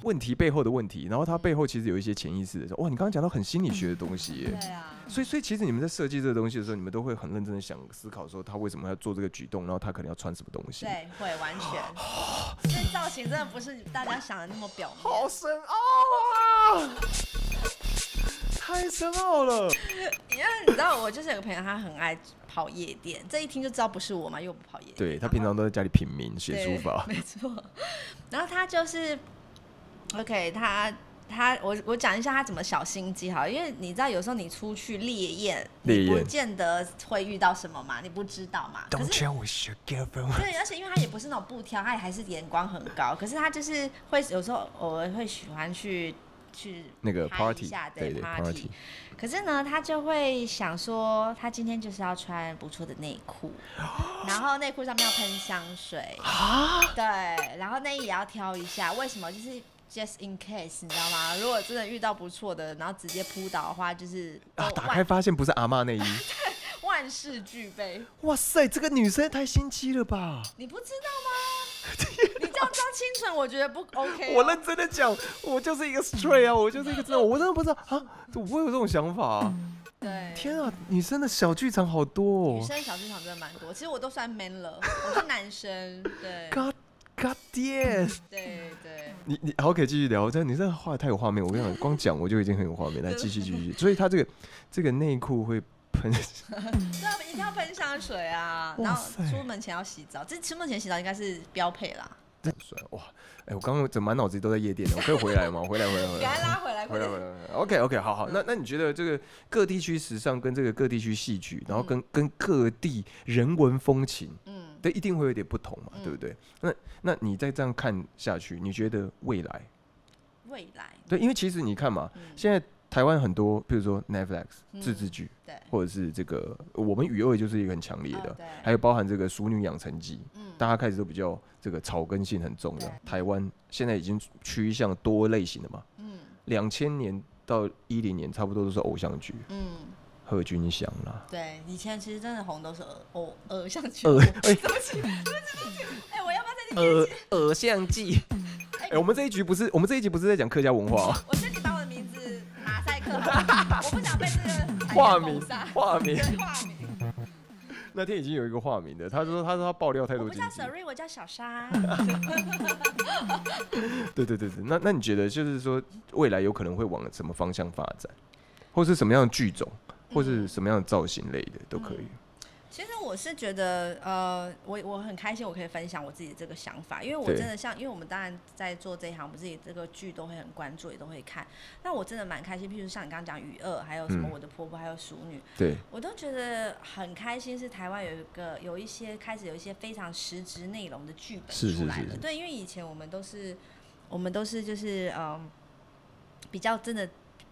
Speaker 1: 问题背后的问题，然后它背后其实有一些潜意识的说，哇，你刚刚讲到很心理学的东西耶。
Speaker 2: 对啊。
Speaker 1: 所以，所以其实你们在设计这个东西的时候，你们都会很认真的想思考，说他为什么要做这个举动，然后他可能要穿什么东西。
Speaker 2: 对，会完全。所以造型真的不是大家想的那么表面。
Speaker 1: 哦好深奥啊！太深奥了。
Speaker 2: 因为你知道，我就是有个朋友，他很爱跑夜店，这一听就知道不是我嘛，因为我不跑夜店。
Speaker 1: 对他平常都在家里品茗写
Speaker 2: 对
Speaker 1: 书法。
Speaker 2: 没错。 然后他就是，OK，他他我我讲一下他怎么小心机好了，因为你知道有时候你出去烈焰，
Speaker 1: 烈
Speaker 2: 你不
Speaker 1: 焰
Speaker 2: 见得会遇到什么嘛，你不知道嘛。可是
Speaker 1: tell us your girlfriend。
Speaker 2: 对，而且因为他也不是那种不挑，他也还是眼光很高，可是他就是会有时候偶尔会喜欢去去
Speaker 1: 那个
Speaker 2: 嗨
Speaker 1: party，
Speaker 2: 一下，
Speaker 1: 对对
Speaker 2: party。可是呢，他就会想说，他今天就是要穿不错的内 裤，然后内裤上面要喷香水，
Speaker 1: 啊
Speaker 2: 对，然后内衣也要挑一下。为什么？就是 just in case，你知道吗？如果真的遇到不错的，然后直接扑倒的话，就是都
Speaker 1: 啊，
Speaker 2: 万、
Speaker 1: 打开发现不是阿嬷内衣，
Speaker 2: 万事俱备。
Speaker 1: 哇塞，这个女生太心机了吧？
Speaker 2: 你不知道吗？你这样知道清纯，我觉得不 OK 哦、
Speaker 1: 我认真的讲，我就是一个 stray 啊，我就是一个真的，我真的不知道啊，我不会有这种想法、啊。
Speaker 2: 对，
Speaker 1: 天啊，女生的小剧场好多、
Speaker 2: 女
Speaker 1: 哦。
Speaker 2: 生小剧场真的蛮多，其实我都算 man 了，我是男生， 对
Speaker 1: God God damn！
Speaker 2: 对对，
Speaker 1: 你你好，可以继续聊。但你这画太有画面，我跟你讲，光讲我就已经很有画面。来，继续继续。所以他这个这个内裤会喷，
Speaker 2: 对啊，一定要喷香水啊，
Speaker 1: 哇
Speaker 2: 然后
Speaker 1: 塞
Speaker 2: 出门前要洗澡，这出门前洗澡应该是标配啦，
Speaker 1: 很帅哇！哎、我刚刚整满脑子都在夜店了，我可以回来吗？我回来回来回
Speaker 2: 给
Speaker 1: 来
Speaker 2: 他。拉 回来，
Speaker 1: 啊回来回
Speaker 2: 快点
Speaker 1: 来回来，OK OK，好好，
Speaker 2: 嗯
Speaker 1: 那那你觉得这个各地区时尚跟这个各地区戏剧，然后跟、跟各地人文风情，
Speaker 2: 嗯，
Speaker 1: 对，一定会有点不同嘛，
Speaker 2: 嗯
Speaker 1: 对不对？那那你再这样看下去，你觉得未来？
Speaker 2: 未来，
Speaker 1: 对，因为其实你看嘛，
Speaker 2: 嗯，
Speaker 1: 现在台湾很多，比如说 Netflix 自制
Speaker 2: 嗯
Speaker 1: 剧，
Speaker 2: 对，
Speaker 1: 或者是这个我们与恶就是一个很强烈的
Speaker 2: 哦，对
Speaker 1: 还有包含这个《熟女养成记》，
Speaker 2: 嗯，
Speaker 1: 大家开始都比较这个草根性很重的
Speaker 2: 对。
Speaker 1: 台湾现在已经趋向多类型的嘛，
Speaker 2: 嗯
Speaker 1: 两千年到一零年差不多都是偶像剧，
Speaker 2: 嗯，
Speaker 1: 贺军翔啦，
Speaker 2: 对，以前其实真的红都是哦偶偶偶像剧，
Speaker 1: 偶
Speaker 2: 对不起，对不起，对不起，哎，我要不要再
Speaker 1: 偶偶像剧。
Speaker 2: 哎
Speaker 1: 哎，我们这一局不是我们这一集不是在讲客家文 化、啊，
Speaker 2: 我自己把我的名字马赛克好 不好，我不想被这个
Speaker 1: 化名
Speaker 2: 产业封杀
Speaker 1: 化名。
Speaker 2: 对化名。
Speaker 1: 那天已经有一个化名的，他说他说他爆料太
Speaker 2: 我
Speaker 1: 多
Speaker 2: 不
Speaker 1: 禁
Speaker 2: 叫
Speaker 1: 忌
Speaker 2: 小。瑞，我叫小沙。
Speaker 1: 对对对对，那那你觉得就是说未来有可能会往什么方向发展，或是什么样的剧种，或是什么样的造型类的都可以。
Speaker 2: 嗯其实我是觉得，呃，我我很开心，我可以分享我自己这个想法，因为我
Speaker 1: 对
Speaker 2: 真的像，因为我们当然在做这一行，我们自己这个剧都会很关注，也都会看。那我真的蛮开心，譬如像你刚刚讲《雨二》，还有什么
Speaker 1: 嗯
Speaker 2: 《我的婆婆》，还有《熟女》
Speaker 1: 对，
Speaker 2: 我都觉得很开心，是台湾有一个有一些开始有一些非常实质内容的剧本
Speaker 1: 是是
Speaker 2: 出来了。
Speaker 1: 是是
Speaker 2: 对，因为以前我们都是我们都是就是嗯，比较真的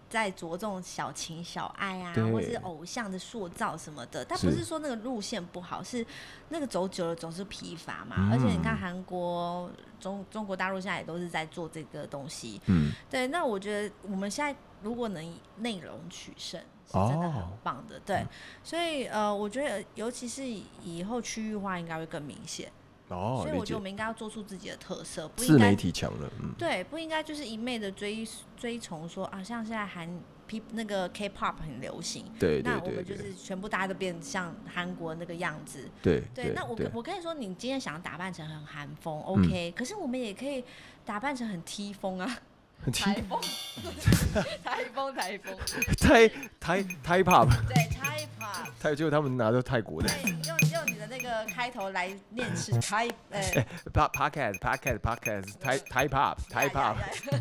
Speaker 2: 在着重小情小爱啊，
Speaker 1: 对
Speaker 2: 或是偶像的塑造什么的。但
Speaker 1: 是
Speaker 2: 不是说那个路线不好，是那个走久了总是疲乏嘛。
Speaker 1: 嗯
Speaker 2: 而且你看韩国、中中国大陆现在也都是在做这个东西。
Speaker 1: 嗯，
Speaker 2: 对，那我觉得我们现在如果能以内容取胜，是真的很
Speaker 1: 哦
Speaker 2: 棒的。对，所以呃，我觉得尤其是以后区域化应该会更明显，
Speaker 1: 哦，
Speaker 2: 所以
Speaker 1: 理
Speaker 2: 我觉
Speaker 1: 解
Speaker 2: 得我，们应该要做出自己的特色，不
Speaker 1: 自
Speaker 2: 应
Speaker 1: 媒
Speaker 2: 该
Speaker 1: 体强了，嗯，
Speaker 2: 对，不应该就是一昧的追追崇说啊，像现在韩 P 那个 K-pop 很流行。
Speaker 1: 对对
Speaker 2: 那我
Speaker 1: 对
Speaker 2: 们就
Speaker 1: 对
Speaker 2: 是全部大家都变像韩国那个样子，
Speaker 1: 对
Speaker 2: 对，那我可
Speaker 1: 对， 嗯
Speaker 2: 我可以说，你今天想打扮成很韩风，OK，、可是我们也可以打扮成很 T 风啊，台 风，台风，台风，
Speaker 1: 泰泰泰 pop，
Speaker 2: 对，台风。
Speaker 1: 泰结果他们拿到泰 国的
Speaker 2: 对，哎用用你的那个开头来念是
Speaker 1: 嗯
Speaker 2: 台，呃，
Speaker 1: 哎 pa podcast podcast podcast 泰泰 pop 泰 pop
Speaker 2: 呀。呀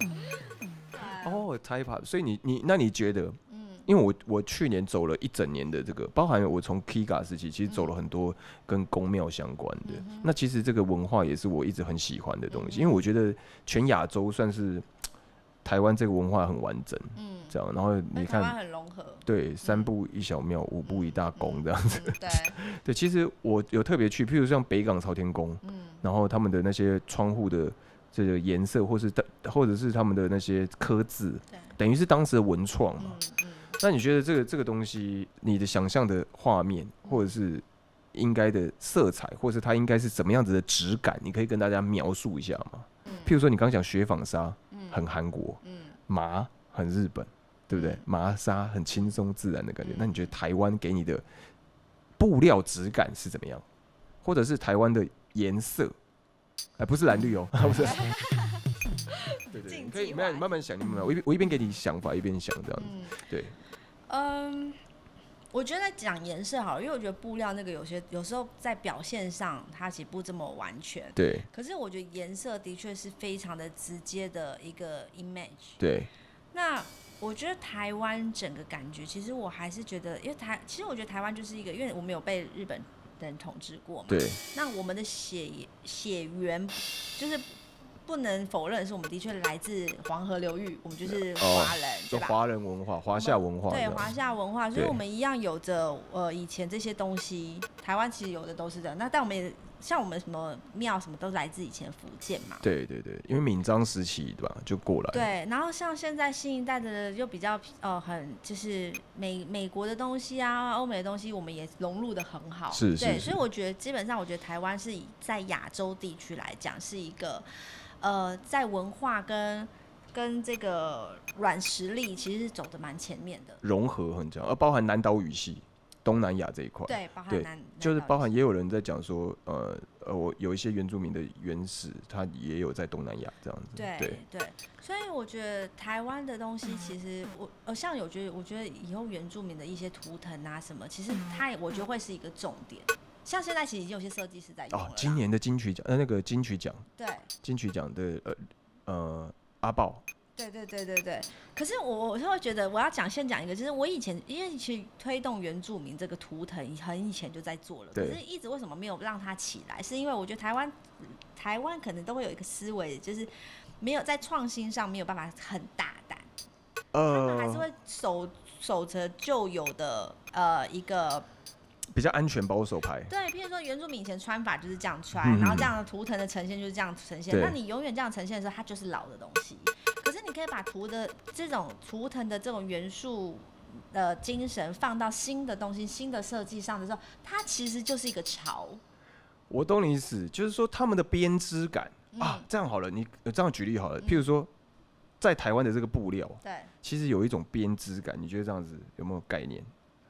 Speaker 2: 呀
Speaker 1: 哦，泰 pop，所以你你那你觉得，
Speaker 2: 嗯
Speaker 1: 因为我我去年走了一整年的这个，包含我从 Kiga 时期，其实走了很多跟宫庙相关的。
Speaker 2: 嗯
Speaker 1: 那其实这个文化也是我一直很喜欢的东西，因为我觉得全亚洲算是台湾这个文化很完整，
Speaker 2: 嗯，
Speaker 1: 这样。然后你
Speaker 2: 那台湾嗯
Speaker 1: 看，
Speaker 2: 很融合，
Speaker 1: 对，三步一小庙，五步一大宫这样子。
Speaker 2: 嗯，对，
Speaker 1: 对，其实我有特别去，譬如像北港朝天宫，
Speaker 2: 嗯
Speaker 1: 然后他们的那些窗户的这个颜色，或是或者是他们的那些刻字，
Speaker 2: 对，
Speaker 1: 等于是当时的文创嘛
Speaker 2: 嗯。嗯。
Speaker 1: 那你觉得这个这个东西，你的想象的画面，或者是应该的色彩，或是它应该是什么样子的质感，你可以跟大家描述一下吗？嗯譬如说你刚讲雪纺纱，很韩国，
Speaker 2: 嗯
Speaker 1: 麻很日本，对不对
Speaker 2: 嗯？
Speaker 1: 麻纱很轻松自然的感觉。
Speaker 2: 嗯
Speaker 1: 那你觉得台湾给你的布料质感是怎么样？或者是台湾的颜色？哎、不是蓝绿 哦，不是。对对对，你可以
Speaker 2: 竞技
Speaker 1: 没有，
Speaker 2: 玩
Speaker 1: 你慢慢想，你慢慢想，我一边我一边给你想法，一边想这样子。
Speaker 2: 嗯
Speaker 1: 对，
Speaker 2: 嗯，我觉得讲颜色好了，因为我觉得布料那个有些有时候在表现上它其实不这么完全，
Speaker 1: 对
Speaker 2: 可是我觉得颜色的确是非常的直接的一个 image。
Speaker 1: 对，
Speaker 2: 那我觉得台湾整个感觉，其实我还是觉得，因为台其实我觉得台湾就是一个，因为我们有被日本人统治过嘛，
Speaker 1: 对，
Speaker 2: 那我们的血血缘就是。不能否认的是，我们的确来自黄河流域，我们就是
Speaker 1: 哦
Speaker 2: 华人，
Speaker 1: 就
Speaker 2: 对吧？
Speaker 1: 华人文化、华夏文化这
Speaker 2: 对
Speaker 1: 样，
Speaker 2: 华夏文化，所以
Speaker 1: 对
Speaker 2: 我们一样有着呃以前这些东西，台湾其实有的都是这样。那但我们也像我们什么庙什么都来自以前福建嘛。
Speaker 1: 对对对，因为闽漳时期对吧，就过来。，
Speaker 2: 对，然后像现在新一代的就比较呃很就是美美国的东西啊，欧美的东西，我们也融入的很好。
Speaker 1: 是是
Speaker 2: 对，所以
Speaker 1: 是
Speaker 2: 我觉得基本上，我觉得台湾是以在亚洲地区来讲是一个呃在文化跟跟这个软实力其实是走的蛮前面的。
Speaker 1: 融合很强，而呃包含南岛语系、东南亚这一块。
Speaker 2: 对，包含
Speaker 1: 对
Speaker 2: 南
Speaker 1: 就是包含
Speaker 2: 南岛
Speaker 1: 也有人在讲说，呃呃，我有一些原住民的原始，他也有在东南亚这样子。
Speaker 2: 对
Speaker 1: 嗯对
Speaker 2: 对，所以我觉得台湾的东西，其实我呃，像有觉得，我觉得以后原住民的一些图腾啊什么，其实它也我觉得会是一个重点。像现在其实已经有些设计师在用了
Speaker 1: 哦
Speaker 2: 啦，，
Speaker 1: 今年的金曲奖，呃，那个金曲奖，
Speaker 2: 对
Speaker 1: 金曲奖的呃呃阿豹，
Speaker 2: 对对对对对。可是我我就会觉得，我要讲先讲一个，就是我以前因为去推动原住民这个图腾，很以前就在做了，可
Speaker 1: 对
Speaker 2: 是一直为什么没有让它起来？是因为我觉得台湾台湾可能都会有一个思维，就是没有在创新上没有办法很大胆。他们还是
Speaker 1: 呃，
Speaker 2: 会守守着旧有的呃一个，
Speaker 1: 比较安全保守牌，
Speaker 2: 对，譬如说原住民以前穿法就是这样穿，
Speaker 1: 嗯
Speaker 2: 然后这样的图腾的呈现就是这样呈现。
Speaker 1: 对
Speaker 2: 那你永远这样呈现的时候，它就是老的东西。可是你可以把图的这种图腾的这种元素。的精神放到新的东西、新的设计上的时候，它其实就是一个潮。
Speaker 1: 我懂你意思，就是说他们的编织感啊
Speaker 2: 嗯，
Speaker 1: 这样好了，你呃这样举例好了，譬如说在台湾的这个布料，
Speaker 2: 对
Speaker 1: 其实有一种编织感，你觉得这样子有没有概念？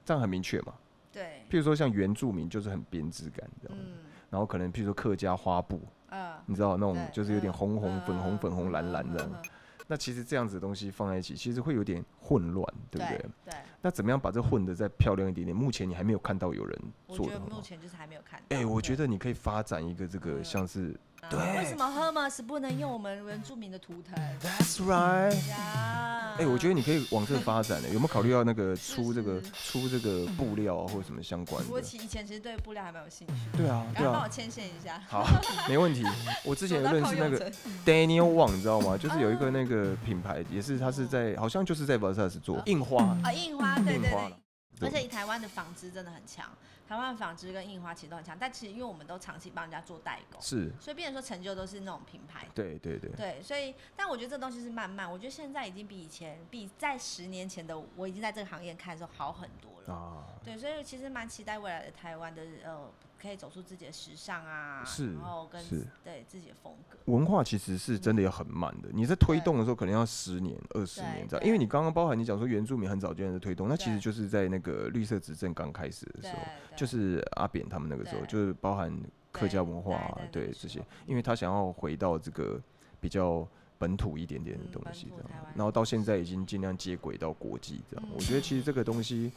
Speaker 1: 这样很明确嘛？
Speaker 2: 对，
Speaker 1: 譬如说像原住民就是很编织感这样，
Speaker 2: 嗯
Speaker 1: 然后可能譬如说客家花布，
Speaker 2: 呃，
Speaker 1: 你知道那种
Speaker 2: 对
Speaker 1: 就是有点
Speaker 2: 嗯
Speaker 1: 红红
Speaker 2: 嗯
Speaker 1: 粉红粉红蓝蓝
Speaker 2: 嗯嗯嗯
Speaker 1: 的，
Speaker 2: 嗯
Speaker 1: 那其实这样子的东西放在一起，其实会有点混乱，对不对
Speaker 2: 对？？对，
Speaker 1: 那怎么样把这混的再漂亮一点点？目前你还没有看到有人
Speaker 2: 我
Speaker 1: 做
Speaker 2: 觉
Speaker 1: 的
Speaker 2: 得
Speaker 1: 很
Speaker 2: 目
Speaker 1: 好。
Speaker 2: 前就是还没有看到。
Speaker 1: 哎、我觉得
Speaker 2: 对
Speaker 1: 你可以发展一个这个
Speaker 2: 嗯
Speaker 1: 像是
Speaker 2: 啊为什么 Hermes 不能用我们原住民的图腾？
Speaker 1: That's right。
Speaker 2: 呀，
Speaker 1: 哎、我觉得你可以往这个发展欸的、有没有考虑到那个
Speaker 2: 是
Speaker 1: 出这个
Speaker 2: 是
Speaker 1: 出这个布料啊，或者什么相关
Speaker 2: 我
Speaker 1: 的？
Speaker 2: 其以前其实对布料还蛮有兴趣，
Speaker 1: 对啊，
Speaker 2: 然
Speaker 1: 对
Speaker 2: 后帮
Speaker 1: 啊
Speaker 2: 我。牵线一下。
Speaker 1: 好，没问题。我之前
Speaker 2: 走
Speaker 1: 有认
Speaker 2: 到靠嗯
Speaker 1: 识那
Speaker 2: 右
Speaker 1: 个
Speaker 2: 侧
Speaker 1: Daniel Wang，你知道吗？就是有一个那个品牌，也是他是在好像就是在 Versace 做印花，
Speaker 2: 啊，印花，对对
Speaker 1: 印花
Speaker 2: 对
Speaker 1: 了。
Speaker 2: 而且台湾的纺织真的很强，台湾的纺织跟印花其实都很强，但其实因为我们都长期帮人家做代工，
Speaker 1: 是，
Speaker 2: 所以变成说成就都是那种品牌。
Speaker 1: 对对对。
Speaker 2: 对，所以但我觉得这东西是慢慢，我觉得现在已经比以前，比在十年前的我已经在这个行业看的时候好很多了。
Speaker 1: 啊，
Speaker 2: 对，所以其实蛮期待未来的台湾的呃，可以走出自己的时尚啊，
Speaker 1: 是
Speaker 2: 然后跟
Speaker 1: 是
Speaker 2: 自对自己的风格，
Speaker 1: 文化其实是真的要很慢的，你在推
Speaker 2: 嗯对
Speaker 1: 动的时候可能要十年、二十
Speaker 2: 对
Speaker 1: 年这样，
Speaker 2: 对
Speaker 1: 因为你刚刚包含你讲说原住民很早就开始推动，那其实
Speaker 2: 对
Speaker 1: 就是在那个绿色执政刚开始的
Speaker 2: 对
Speaker 1: 时候，，
Speaker 2: 对
Speaker 1: 就是阿扁他们那个时候，
Speaker 2: 对
Speaker 1: 就是包含客家文化、啊，
Speaker 2: 对
Speaker 1: 对
Speaker 2: 对
Speaker 1: 这
Speaker 2: 对
Speaker 1: 些
Speaker 2: 是，
Speaker 1: 因为他想要回到这个比较本土一点点的
Speaker 2: 嗯
Speaker 1: 东
Speaker 2: 本
Speaker 1: 西
Speaker 2: 土
Speaker 1: 这样
Speaker 2: 台湾，
Speaker 1: 然后到现在已经尽量接轨到国际这样，
Speaker 2: 嗯
Speaker 1: 我觉得其实这个东西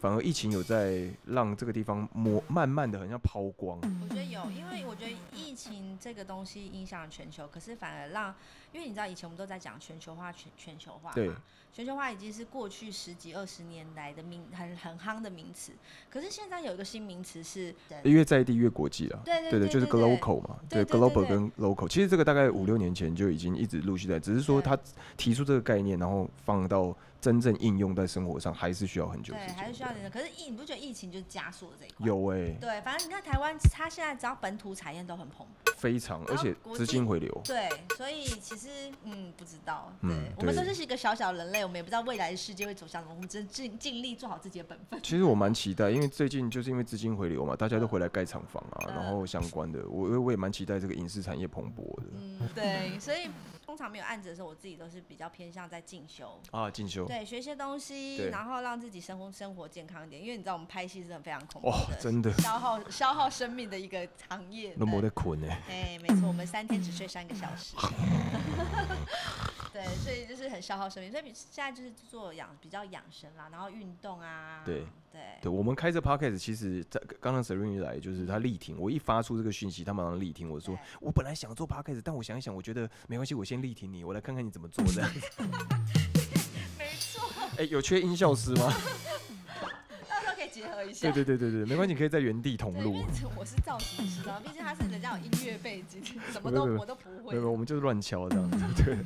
Speaker 1: 反而疫情有在让这个地方磨慢慢的很像抛光，
Speaker 2: 我觉得有，因为我觉得疫情这个东西影响了全球，可是反而让，因为你知道以前我们都在讲全球化，全全球化
Speaker 1: 对
Speaker 2: 嘛，全球化已经是过去十几二十年来的名很很夯的名词，可是现在有一个新名词是，对
Speaker 1: 越在地越国际了。
Speaker 2: 对
Speaker 1: 哎对的，就是 global 嘛，
Speaker 2: 对对对
Speaker 1: global
Speaker 2: 对
Speaker 1: 跟 local，其实这个大概五六年前就已经一直陆续在，只是说
Speaker 2: 对
Speaker 1: 他提出这个概念，然后放到真正应用在生活上，还是需要很久
Speaker 2: 对，
Speaker 1: 时间。
Speaker 2: 还是需要点的，可是疫你不觉得疫情就是加速了这一块？
Speaker 1: 有哎、
Speaker 2: 对，反正你看台湾，它现在只要本土产业都很蓬勃。
Speaker 1: 非常，而
Speaker 2: 然后
Speaker 1: 且
Speaker 2: 国
Speaker 1: 资
Speaker 2: 际
Speaker 1: 金回流。
Speaker 2: 对，所以其实嗯，不知道，对、
Speaker 1: 嗯
Speaker 2: 我们
Speaker 1: 对
Speaker 2: 都是一个小小人类，我们也不知道未来的世界会走向什么，我们只是尽尽力做好自己的本分。
Speaker 1: 其实我蛮期待，因为最近就是因为资金回流嘛，大家都回来盖厂房啊，
Speaker 2: 嗯
Speaker 1: 然后相关的，我我也蛮期待这个影视产业蓬勃的、
Speaker 2: 嗯，对，所以通常没有案子的时候，我自己都是比较偏向在进修。
Speaker 1: 啊，进修。
Speaker 2: 对，学一些东西
Speaker 1: 对，
Speaker 2: 然后让自己生活生活健康一点，因为你知道我们拍戏真的非常恐怖
Speaker 1: 哇、
Speaker 2: 的，
Speaker 1: 哦真的
Speaker 2: 消耗消耗生命的一个行业。
Speaker 1: 都没
Speaker 2: 对
Speaker 1: 得困欸呢。
Speaker 2: 哎，没错，我们三天只睡三个小时。 对，所以就是很消耗生命，所以现在就是做养比较养生啦，然后运动啊。
Speaker 1: 对
Speaker 2: 对
Speaker 1: 对，我们开这 podcast，其实在刚刚 Serene 来，就是他力挺，我一发出这个讯息，他马上力挺我说
Speaker 2: 对，
Speaker 1: 我本来想做 podcast，但我想一想，我觉得没关系，我先力挺你，我来看看你怎么做这样子。
Speaker 2: 没错，
Speaker 1: 哎、有缺音效师 吗？
Speaker 2: 到时候可以结合一下。
Speaker 1: 对对对对对，没关系，你可以在原地同
Speaker 2: 对，因
Speaker 1: 路。
Speaker 2: 为我是造型师啊，毕竟他是人家有音乐背景，什么都
Speaker 1: 没有没有
Speaker 2: 我都不
Speaker 1: 没有，
Speaker 2: 会。
Speaker 1: 我们就是乱敲这样子。对，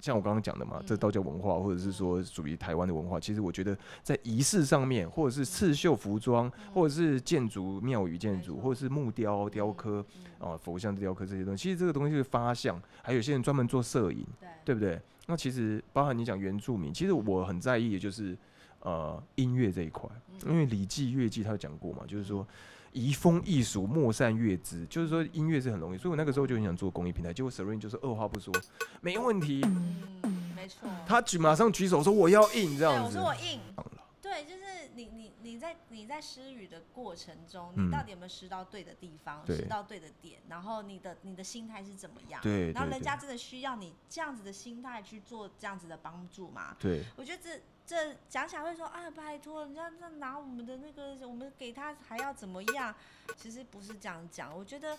Speaker 1: 像我刚刚讲的嘛，
Speaker 2: 嗯
Speaker 1: 这道教文化或者是说属于台湾的文化，其实我觉得在仪式上面，或者是刺绣服装，或者是建筑庙宇建筑，或者是木雕雕刻
Speaker 2: 嗯
Speaker 1: 啊佛像雕刻这些东西，其实这个东西是发向，还有些人专门做摄影，
Speaker 2: 嗯
Speaker 1: 对
Speaker 2: 对
Speaker 1: 不对？那其实包含你讲原住民，其实我很在意的就是呃音乐这一块，
Speaker 2: 嗯
Speaker 1: 因为《礼记》《乐记》他有讲过嘛，就是说移风易俗，莫善乐之，就是说音乐是很容易，所以我那个时候就很想做公益平台，结果 Serene 就是二话不说，没问题，
Speaker 2: 嗯，没错。
Speaker 1: 他举马上举手说我要印这
Speaker 2: 对，
Speaker 1: 样
Speaker 2: 我
Speaker 1: 子
Speaker 2: 说，我硬
Speaker 1: 当。
Speaker 2: 对，就是你你你在你在施语的过程中，
Speaker 1: 嗯
Speaker 2: 你到底有没有施到对的地方，
Speaker 1: 对
Speaker 2: 施到对的点，然后你的你的心态是怎么样？
Speaker 1: 对
Speaker 2: 然后
Speaker 1: 对
Speaker 2: 人
Speaker 1: 对
Speaker 2: 家真的需要你这样子的心态去做这样子的帮助吗？
Speaker 1: 对
Speaker 2: 我觉得这这讲起来会说啊，拜托，人家那拿我们的那个，我们给他还要怎么样？其实不是这样讲，我觉得。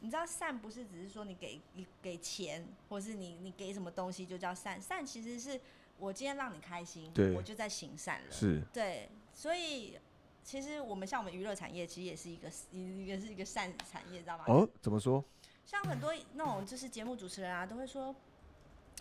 Speaker 2: 你知道善不是只是说你给你给钱，或是你你给什么东西就叫善，善其实是我今天让你开心
Speaker 1: 嗯对，
Speaker 2: 我就在行善了。
Speaker 1: 是，
Speaker 2: 对，所以其实我们像我们娱乐产业，其实也是一个也是一个善产业，知道吗？
Speaker 1: 哦，怎么说？
Speaker 2: 像很多那种就是节目主持人啊，都会说，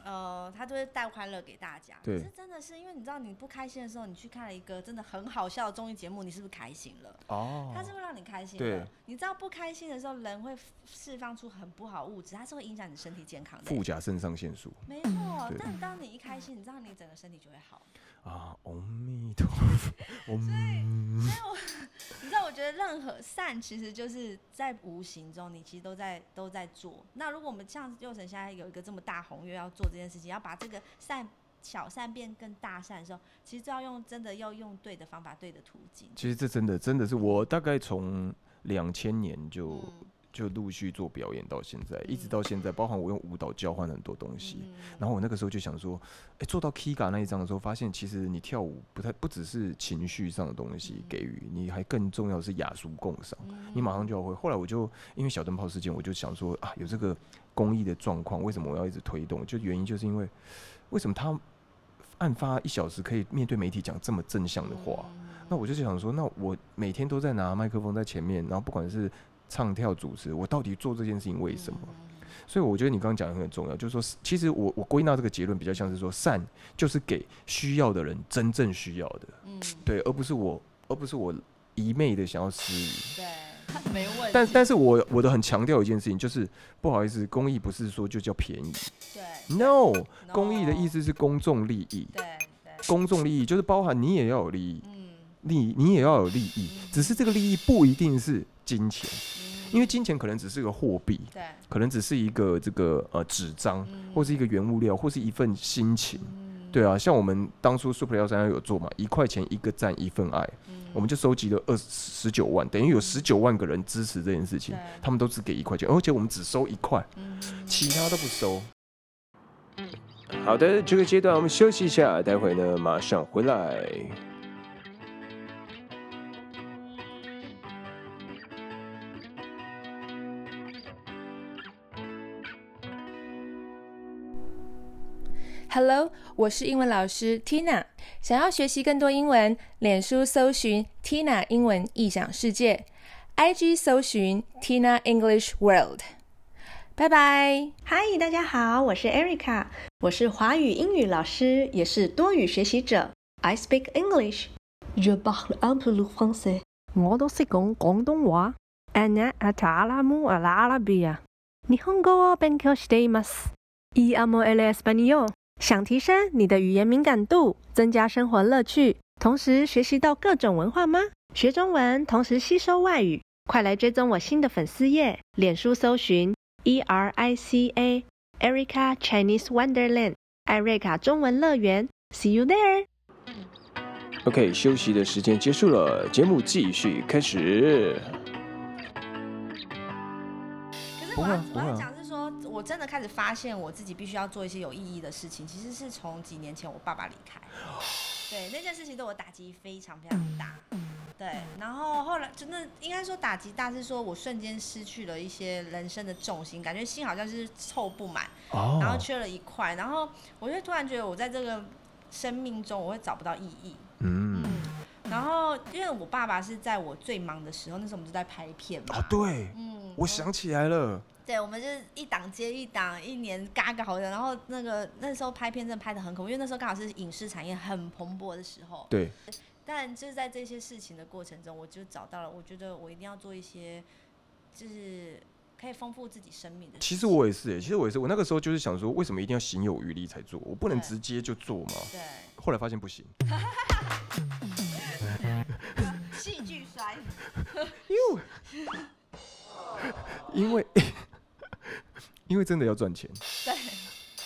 Speaker 2: 呃，他都会带欢乐给大家。
Speaker 1: 对
Speaker 2: 可是真的是因为你知道你不开心的时候，你去看了一个真的很好笑的综艺节目，你是不是开心了？
Speaker 1: 哦
Speaker 2: 它是会让你开心
Speaker 1: 对
Speaker 2: 的。你知道不开心的时候，人会释放出很不好的物质，它是会影响你身体健康的
Speaker 1: 副。甲肾上腺素
Speaker 2: 没错
Speaker 1: 对，
Speaker 2: 但当你一开心，你知道你整个身体就会好。
Speaker 1: 啊，阿弥陀 佛，我们
Speaker 2: 你知道，我觉得任何善其实就是在无形中，你其实都在都在做。那如果我们像佑神现在有一个这么大宏愿要做这件事情，要把这个善小善变更大善的时候，其实就要用真的要用对的方法、对的途径。
Speaker 1: 其实这真的真的是我大概从两千年就。
Speaker 2: 嗯
Speaker 1: 就陆续做表演到现在，一直
Speaker 2: 嗯
Speaker 1: 到现在，包含我用舞蹈交换很多东西。然后我那个时候就想说，哎、做到 Kiga 那一张的时候，发现其实你跳舞不太不只是情绪上的东
Speaker 2: 嗯
Speaker 1: 西给予，你还更重要的是雅俗共赏。你马上就要会。后来我就因为小灯泡事件，我就想说啊，有这个公益的状况，为什么我要一直推动？就原因就是因为为什么他案发一小时可以面对媒体讲这么正向的话？那我就想说，那我每天都在拿麦克风在前面，然后不管是唱跳主持，我到底做这件事情为什么？
Speaker 2: 嗯
Speaker 1: 所以我觉得你刚刚讲的很重要，就是说，其实我我归纳这个结论比较像是说，善就是给需要的人真正需要的，
Speaker 2: 嗯，
Speaker 1: 对，而不是我，而不是我一昧的想要施予。
Speaker 2: 对，没问题。
Speaker 1: 但但是我我的很强调一件事情，就是不好意思，公益不是说就叫便宜
Speaker 2: 对
Speaker 1: ，no，
Speaker 2: No
Speaker 1: 公益的意思是公众利益，
Speaker 2: 对对，
Speaker 1: 公众利益就是包含你也要有利益，
Speaker 2: 嗯，
Speaker 1: 利你也要有利益，只是这个利益不一定是金钱，因为金钱可能只是个货币，
Speaker 2: 对，
Speaker 1: 可能只是一个这个呃纸张，
Speaker 2: 嗯
Speaker 1: 或是一个原物料，或是一份心情。
Speaker 2: 嗯
Speaker 1: 对啊，像我们当初 Super 幺三幺有做嘛，一块钱一个赞一份爱，
Speaker 2: 嗯
Speaker 1: 我们就收集了二十九万，等于有十九万个人支持这件事情
Speaker 2: 对，
Speaker 1: 他们都只给一块钱，而且我们只收一块，
Speaker 2: 嗯
Speaker 1: 其他都不收。好的，这个阶段我们休息一下，待会呢马上回来。
Speaker 3: Hello，我是英文老师 Tina。想要学习更多英文，脸书搜寻 Tina 英文异想世界，IG 搜寻 Tina English World。拜拜。
Speaker 4: 嗨，大家好，我是 Erica，我是华语英语老师，也是多语学习者。I speak English. Je parle un peu le français.
Speaker 5: 我都識講廣東話。أنا أتعلم العربية. 日本語を勉強しています。Y E amo el español. 想提升你的语言敏感度，增加生活乐趣，同时学习到各种文化吗？学中文，同时吸收外语。快来追踪我新的粉丝页，脸书搜寻 E R I C A Erica Chinese Wonderland 艾瑞卡中文乐园。See you there.
Speaker 6: OK，休息的时间结束了，节目继续开始。
Speaker 2: 可是
Speaker 1: 不
Speaker 2: 我
Speaker 1: 会
Speaker 2: 要
Speaker 1: 啊不
Speaker 2: 我
Speaker 1: 会
Speaker 2: 要
Speaker 1: 啊
Speaker 2: 讲是说，我真的开始发现我自己必须要做一些有意义的事情，其实是从几年前我爸爸离开，
Speaker 1: 哦
Speaker 2: 对那件事情对我打击非常非常大。对，然后后来真的应该说打击大是说我瞬间失去了一些人生的重心，感觉心好像是凑不满，
Speaker 1: 哦
Speaker 2: 然后缺了一块，然后我就突然觉得我在这个生命中我会找不到意义。
Speaker 1: 嗯，
Speaker 2: 然后因为
Speaker 7: 啊
Speaker 2: 我爸爸是在我最忙的时候，那时候我们就在拍片嘛，
Speaker 1: 哦，对，
Speaker 2: 嗯，
Speaker 1: 我想起来了，
Speaker 2: 对，我们就是一档接一档，一年嘎嘎好的。然后那个那时候拍片真的拍的很恐怖，因为那时候刚好是影视产业很蓬勃的时候。
Speaker 7: 对，
Speaker 2: 但就是在这些事情的过程中，我就找到了，我觉得我一定要做一些，就是可以丰富自己生命的事情。
Speaker 7: 其实我也是欸耶，其实我也是，我那个时候就是想说，为什么一定要行有余力才做？我不能
Speaker 2: 对
Speaker 7: 直接就做吗？
Speaker 2: 对
Speaker 7: 后来发现不行，
Speaker 2: 戏剧衰，
Speaker 7: 因为 因为真的要赚钱，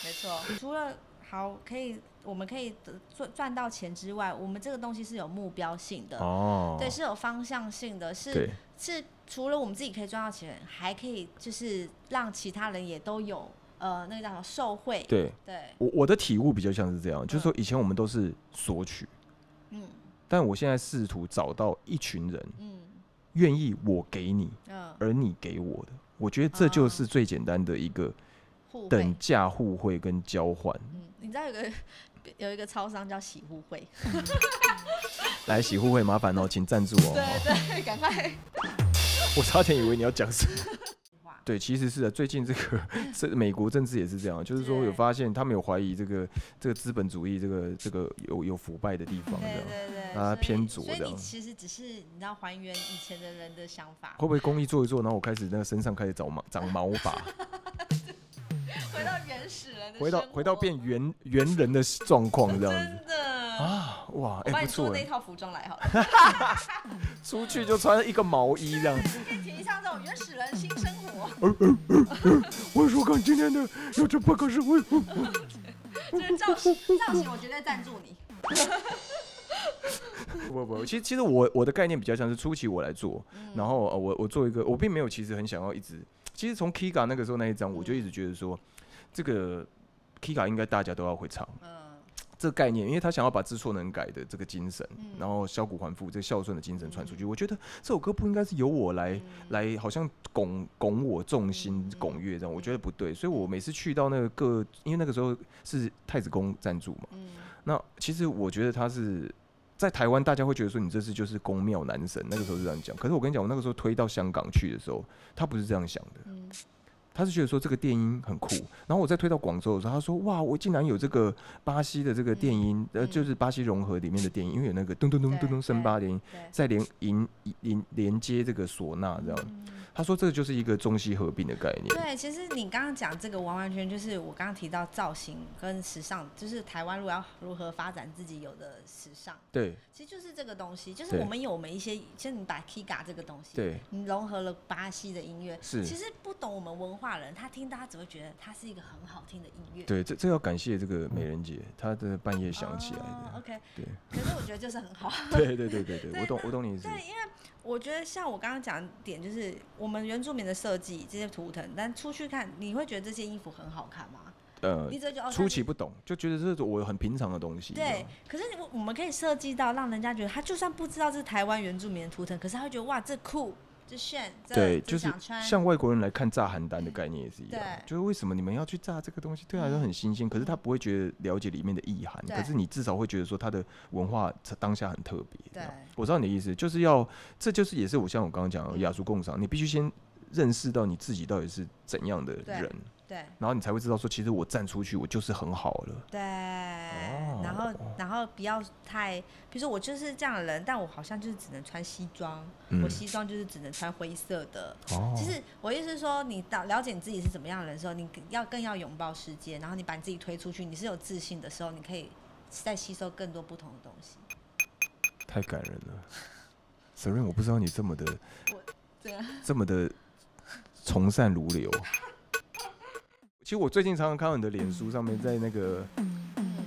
Speaker 2: 没错。除了好可以，我们可以得赚赚到钱之外，我们这个东西是有目标性的，
Speaker 7: 哦
Speaker 2: 对，是有方向性的，是
Speaker 7: 对
Speaker 2: 是除了我们自己可以赚到钱，还可以就是让其他人也都有呃那个叫什么受惠。
Speaker 7: 对，
Speaker 2: 对，
Speaker 7: 我我的体悟比较像是这样，就是说以前我们都是索取，
Speaker 2: 嗯
Speaker 7: 但我现在试图找到一群人
Speaker 2: 嗯
Speaker 7: 愿意我给你，
Speaker 2: 嗯，
Speaker 7: 而你给我的，我觉得这就
Speaker 2: 啊
Speaker 7: 是最简单的一个
Speaker 2: 互惠。
Speaker 7: 等价互惠跟交换。
Speaker 2: 嗯，你知道有个 有一个超商叫洗护会，
Speaker 7: 哦来，洗护会麻烦哦，请赞助哦。
Speaker 2: 对， 赶快。
Speaker 7: 我 差点以为你要讲什么。对，其实是的，啊最 近这个是美国政治也是这样，就是说有
Speaker 2: 嗯对
Speaker 7: 发现他们有怀疑这个这个资本主义这个这个有有腐败的地方，这
Speaker 2: 对
Speaker 7: 样
Speaker 2: 对对，所
Speaker 7: 啊
Speaker 2: 以
Speaker 7: 偏左
Speaker 2: 所以
Speaker 7: 这
Speaker 2: 你
Speaker 7: 样
Speaker 2: 其实只是你知道还原以前的人的想 法，
Speaker 7: 会不会公益做一做，然后我开始那个身上开始长毛长毛 发，
Speaker 2: 回到原始人的
Speaker 7: 回到
Speaker 2: 生
Speaker 7: 回到
Speaker 2: 活
Speaker 7: 变原原人的状况这样子
Speaker 2: 真的。
Speaker 7: 啊， 哇，
Speaker 2: 我
Speaker 7: 哎、
Speaker 2: 帮你
Speaker 7: 不
Speaker 2: 出
Speaker 7: 错
Speaker 2: 那
Speaker 7: 哎，
Speaker 2: 套服装来好了，
Speaker 7: 出去就穿一个毛衣这样。
Speaker 2: 可以提倡这种原始人新生活，
Speaker 7: 我说看今天的有 这不可是为，
Speaker 2: 这个造型造型我绝对赞助你。
Speaker 7: 不不，其实其实我我的概念比较像是初期我来做，
Speaker 2: 嗯
Speaker 7: 然后呃我我做一个，我并没有其实很想要一直，其实从 Kiga 那个时候那一张，我就一直觉得说，这个 Kiga 应该大家都要会唱
Speaker 2: 嗯
Speaker 7: 这个概念，因为他想要把知错能改的这个精神，
Speaker 2: 嗯
Speaker 7: 然后削骨还父这个孝顺的精神传出去，我觉得这首歌不应该是由我来。来，好像拱拱我重心
Speaker 2: 嗯，嗯
Speaker 7: 拱月这样，我觉得不对，所以我每次去到那个各，因为那个时候是太子宫赞助嘛，
Speaker 2: 嗯，
Speaker 7: 那其实我觉得他是在台湾，大家会觉得说你这次就是宫庙男神，那个时候是这样讲。可是我跟你讲，我那个时候推到香港去的时候，他不是这样想的，
Speaker 2: 嗯
Speaker 7: 他是觉得说这个电音很酷。然后我再推到广州的时候，他说哇，我竟然有这个巴西的这个电音，呃，
Speaker 2: 嗯
Speaker 7: 就是巴西融合里面的电音，因为有那个咚咚咚咚
Speaker 2: 对
Speaker 7: 咚森
Speaker 2: 对
Speaker 7: 巴电音，
Speaker 2: 对，
Speaker 7: 再连引引连接这个唢呐这样。
Speaker 2: 嗯
Speaker 7: 他说这个就是一个中西合并的概念。
Speaker 2: 对，其实你刚刚讲这个完完全就是我刚刚提到造型跟时尚，就是台湾如果要如何发展自己有的时尚，
Speaker 7: 对
Speaker 2: 其实就是这个东西，就是
Speaker 7: 对
Speaker 2: 我们有我们一些，就是你把 Kiga 这个东西，
Speaker 7: 对
Speaker 2: 你融合了巴西的音乐，
Speaker 7: 是
Speaker 2: 其实不懂我们文化人，他听到他只会觉得它是一个很好听的音乐。
Speaker 7: 对，这这要感谢这个美人姐，她的半夜想起来
Speaker 2: 哦
Speaker 7: 的。
Speaker 2: OK，
Speaker 7: 对。
Speaker 2: 可是我觉得就是很好。
Speaker 7: 对对对对对，
Speaker 2: 对
Speaker 7: 我懂我懂你意思
Speaker 2: 对。，因为我觉得像我刚刚讲的点，就是我们原住民的设计这些图腾，但出去看你会觉得这件衣服很好看吗？
Speaker 7: 呃
Speaker 2: 你，只会觉得哦，
Speaker 7: 初
Speaker 2: 它
Speaker 7: 期不懂，就觉得这是我很平常的东西。
Speaker 2: 对，可是我我们可以设计到让人家觉得，他就算不知道这是台湾原住民的图腾，可是他会觉得哇，这酷，这炫，这
Speaker 7: 对，
Speaker 2: 这
Speaker 7: 就是
Speaker 2: 想穿
Speaker 7: 像外国人来看炸邯郸的概念也是一
Speaker 2: 对，
Speaker 7: 样
Speaker 2: 嗯
Speaker 7: 就是为什么你们要去炸这个东西，对他来说很新鲜，可是他不会觉得了解里面的意涵，
Speaker 2: 对
Speaker 7: 可是你至少会觉得说他的文化当下很特别。这
Speaker 2: 对嗯
Speaker 7: 样，我知道你的意思，就是要，这就是也是我像我刚刚讲的雅俗共赏，你必须先认识到你自己到底是怎样的
Speaker 2: 对
Speaker 7: 人，
Speaker 2: 对
Speaker 7: 然后你才会知道说，其实我站出去我就是很好了。
Speaker 2: 对，
Speaker 7: 哦
Speaker 2: 然后然后不要太，比如说我就是这样的人，但我好像就是只能穿西装，我
Speaker 7: 嗯
Speaker 2: 西装就是只能穿灰色的。
Speaker 7: 哦
Speaker 2: 其实我意思是说，你到了解你自己是怎么样的人的时候，你要更要拥抱世界，然后你把你自己推出去，你是有自信的时候，你可以再吸收更多不同的东 西。
Speaker 7: 太感人了 s e r e n 我不知道你这么的
Speaker 2: 对啊，
Speaker 7: 这么的从善如流。其实我最近常常看到你的脸书上面在那个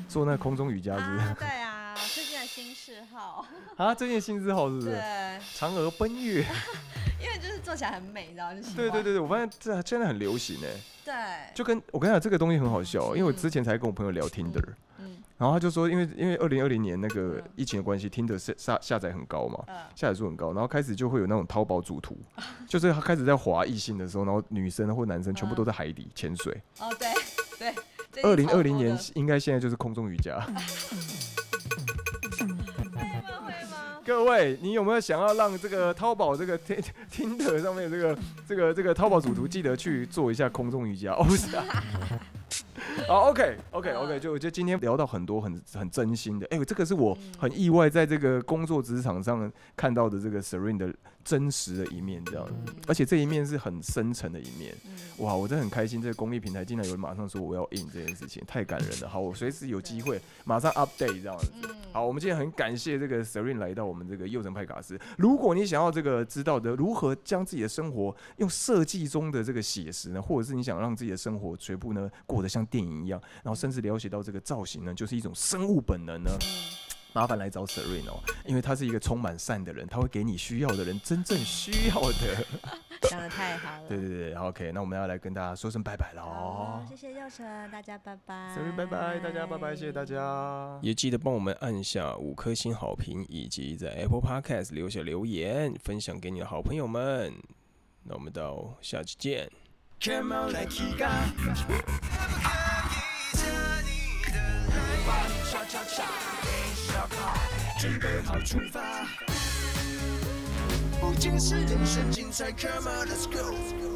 Speaker 7: 做那空中瑜伽是不
Speaker 2: 嗯啊
Speaker 7: 是？
Speaker 2: 对啊，最近的新嗜好，
Speaker 7: 啊，最近新之号是不 是？
Speaker 2: 对，
Speaker 7: 嫦娥 奔月，
Speaker 2: 因为就是做起来很美，你知道，就喜
Speaker 7: 对对
Speaker 2: 欢
Speaker 7: 对对，我发现这现在很流行哎，
Speaker 2: 对，
Speaker 7: 就跟我跟你讲这个东西很好笑，因为我之前才跟我朋友聊 Tinder，
Speaker 2: 嗯
Speaker 7: 然后他就说，因为因为二零二零年那个
Speaker 2: 嗯
Speaker 7: 疫情的关系，Tinder 下下下载很高嘛，
Speaker 2: 呃，
Speaker 7: 下载数很高，然后开始就会有那种淘宝主图，就是他开始在滑异性的时候，然后女生或男生全部都在海底潜水。
Speaker 2: 哦对 对，最近
Speaker 7: 二零
Speaker 2: 超
Speaker 7: 二
Speaker 2: 多
Speaker 7: 零年
Speaker 2: 的嗯
Speaker 7: 应该现在就是空中瑜伽，
Speaker 2: 会吗会吗？
Speaker 7: 各位，你有没有想要让这个淘宝这个听听的上面这个这个这个淘宝主图记得去做一下空中瑜伽？哦， 不是、啊。好，OK OK OK，就我觉得今天聊到很多很很真心的，哎、这个是我
Speaker 2: 嗯
Speaker 7: 很意外在这个工作职场上看到的这个 Serene 的真实的一面，这样，而且这一面是很深沉的一面。哇，我真的很开心，这个公益平台竟然有人马上说我要 in 这件事情，太感人了。好，我随时有机会马上 update 这样子。好，我们今天很感谢这个 Serene 来到我们这个右城派卡斯。如果你想要这个知道的如何将自己的生活用设计中的这个写实呢，或者是你想让自己的生活全部呢过得像电影一样，然后甚至了解到这个造型呢，就是一种生物本能呢。麻烦来找 Serene 哦，因为他是一个充满善的人，他会给你需要的人真正需要 的。
Speaker 2: 讲的太好了。
Speaker 7: 对对对好，OK，那我们要来跟大家说声拜拜哦喽
Speaker 2: 好，。谢谢佑成，大家拜拜。
Speaker 7: Serene 嗯拜拜，大家拜拜，谢谢大家。
Speaker 1: 也记得帮我们按下五颗星好评，以及在 Apple Podcast 留下留言，分享给你的好朋友们。那我们到下期见。
Speaker 8: 准备好出发。不仅是人生精彩，Come on，let's go。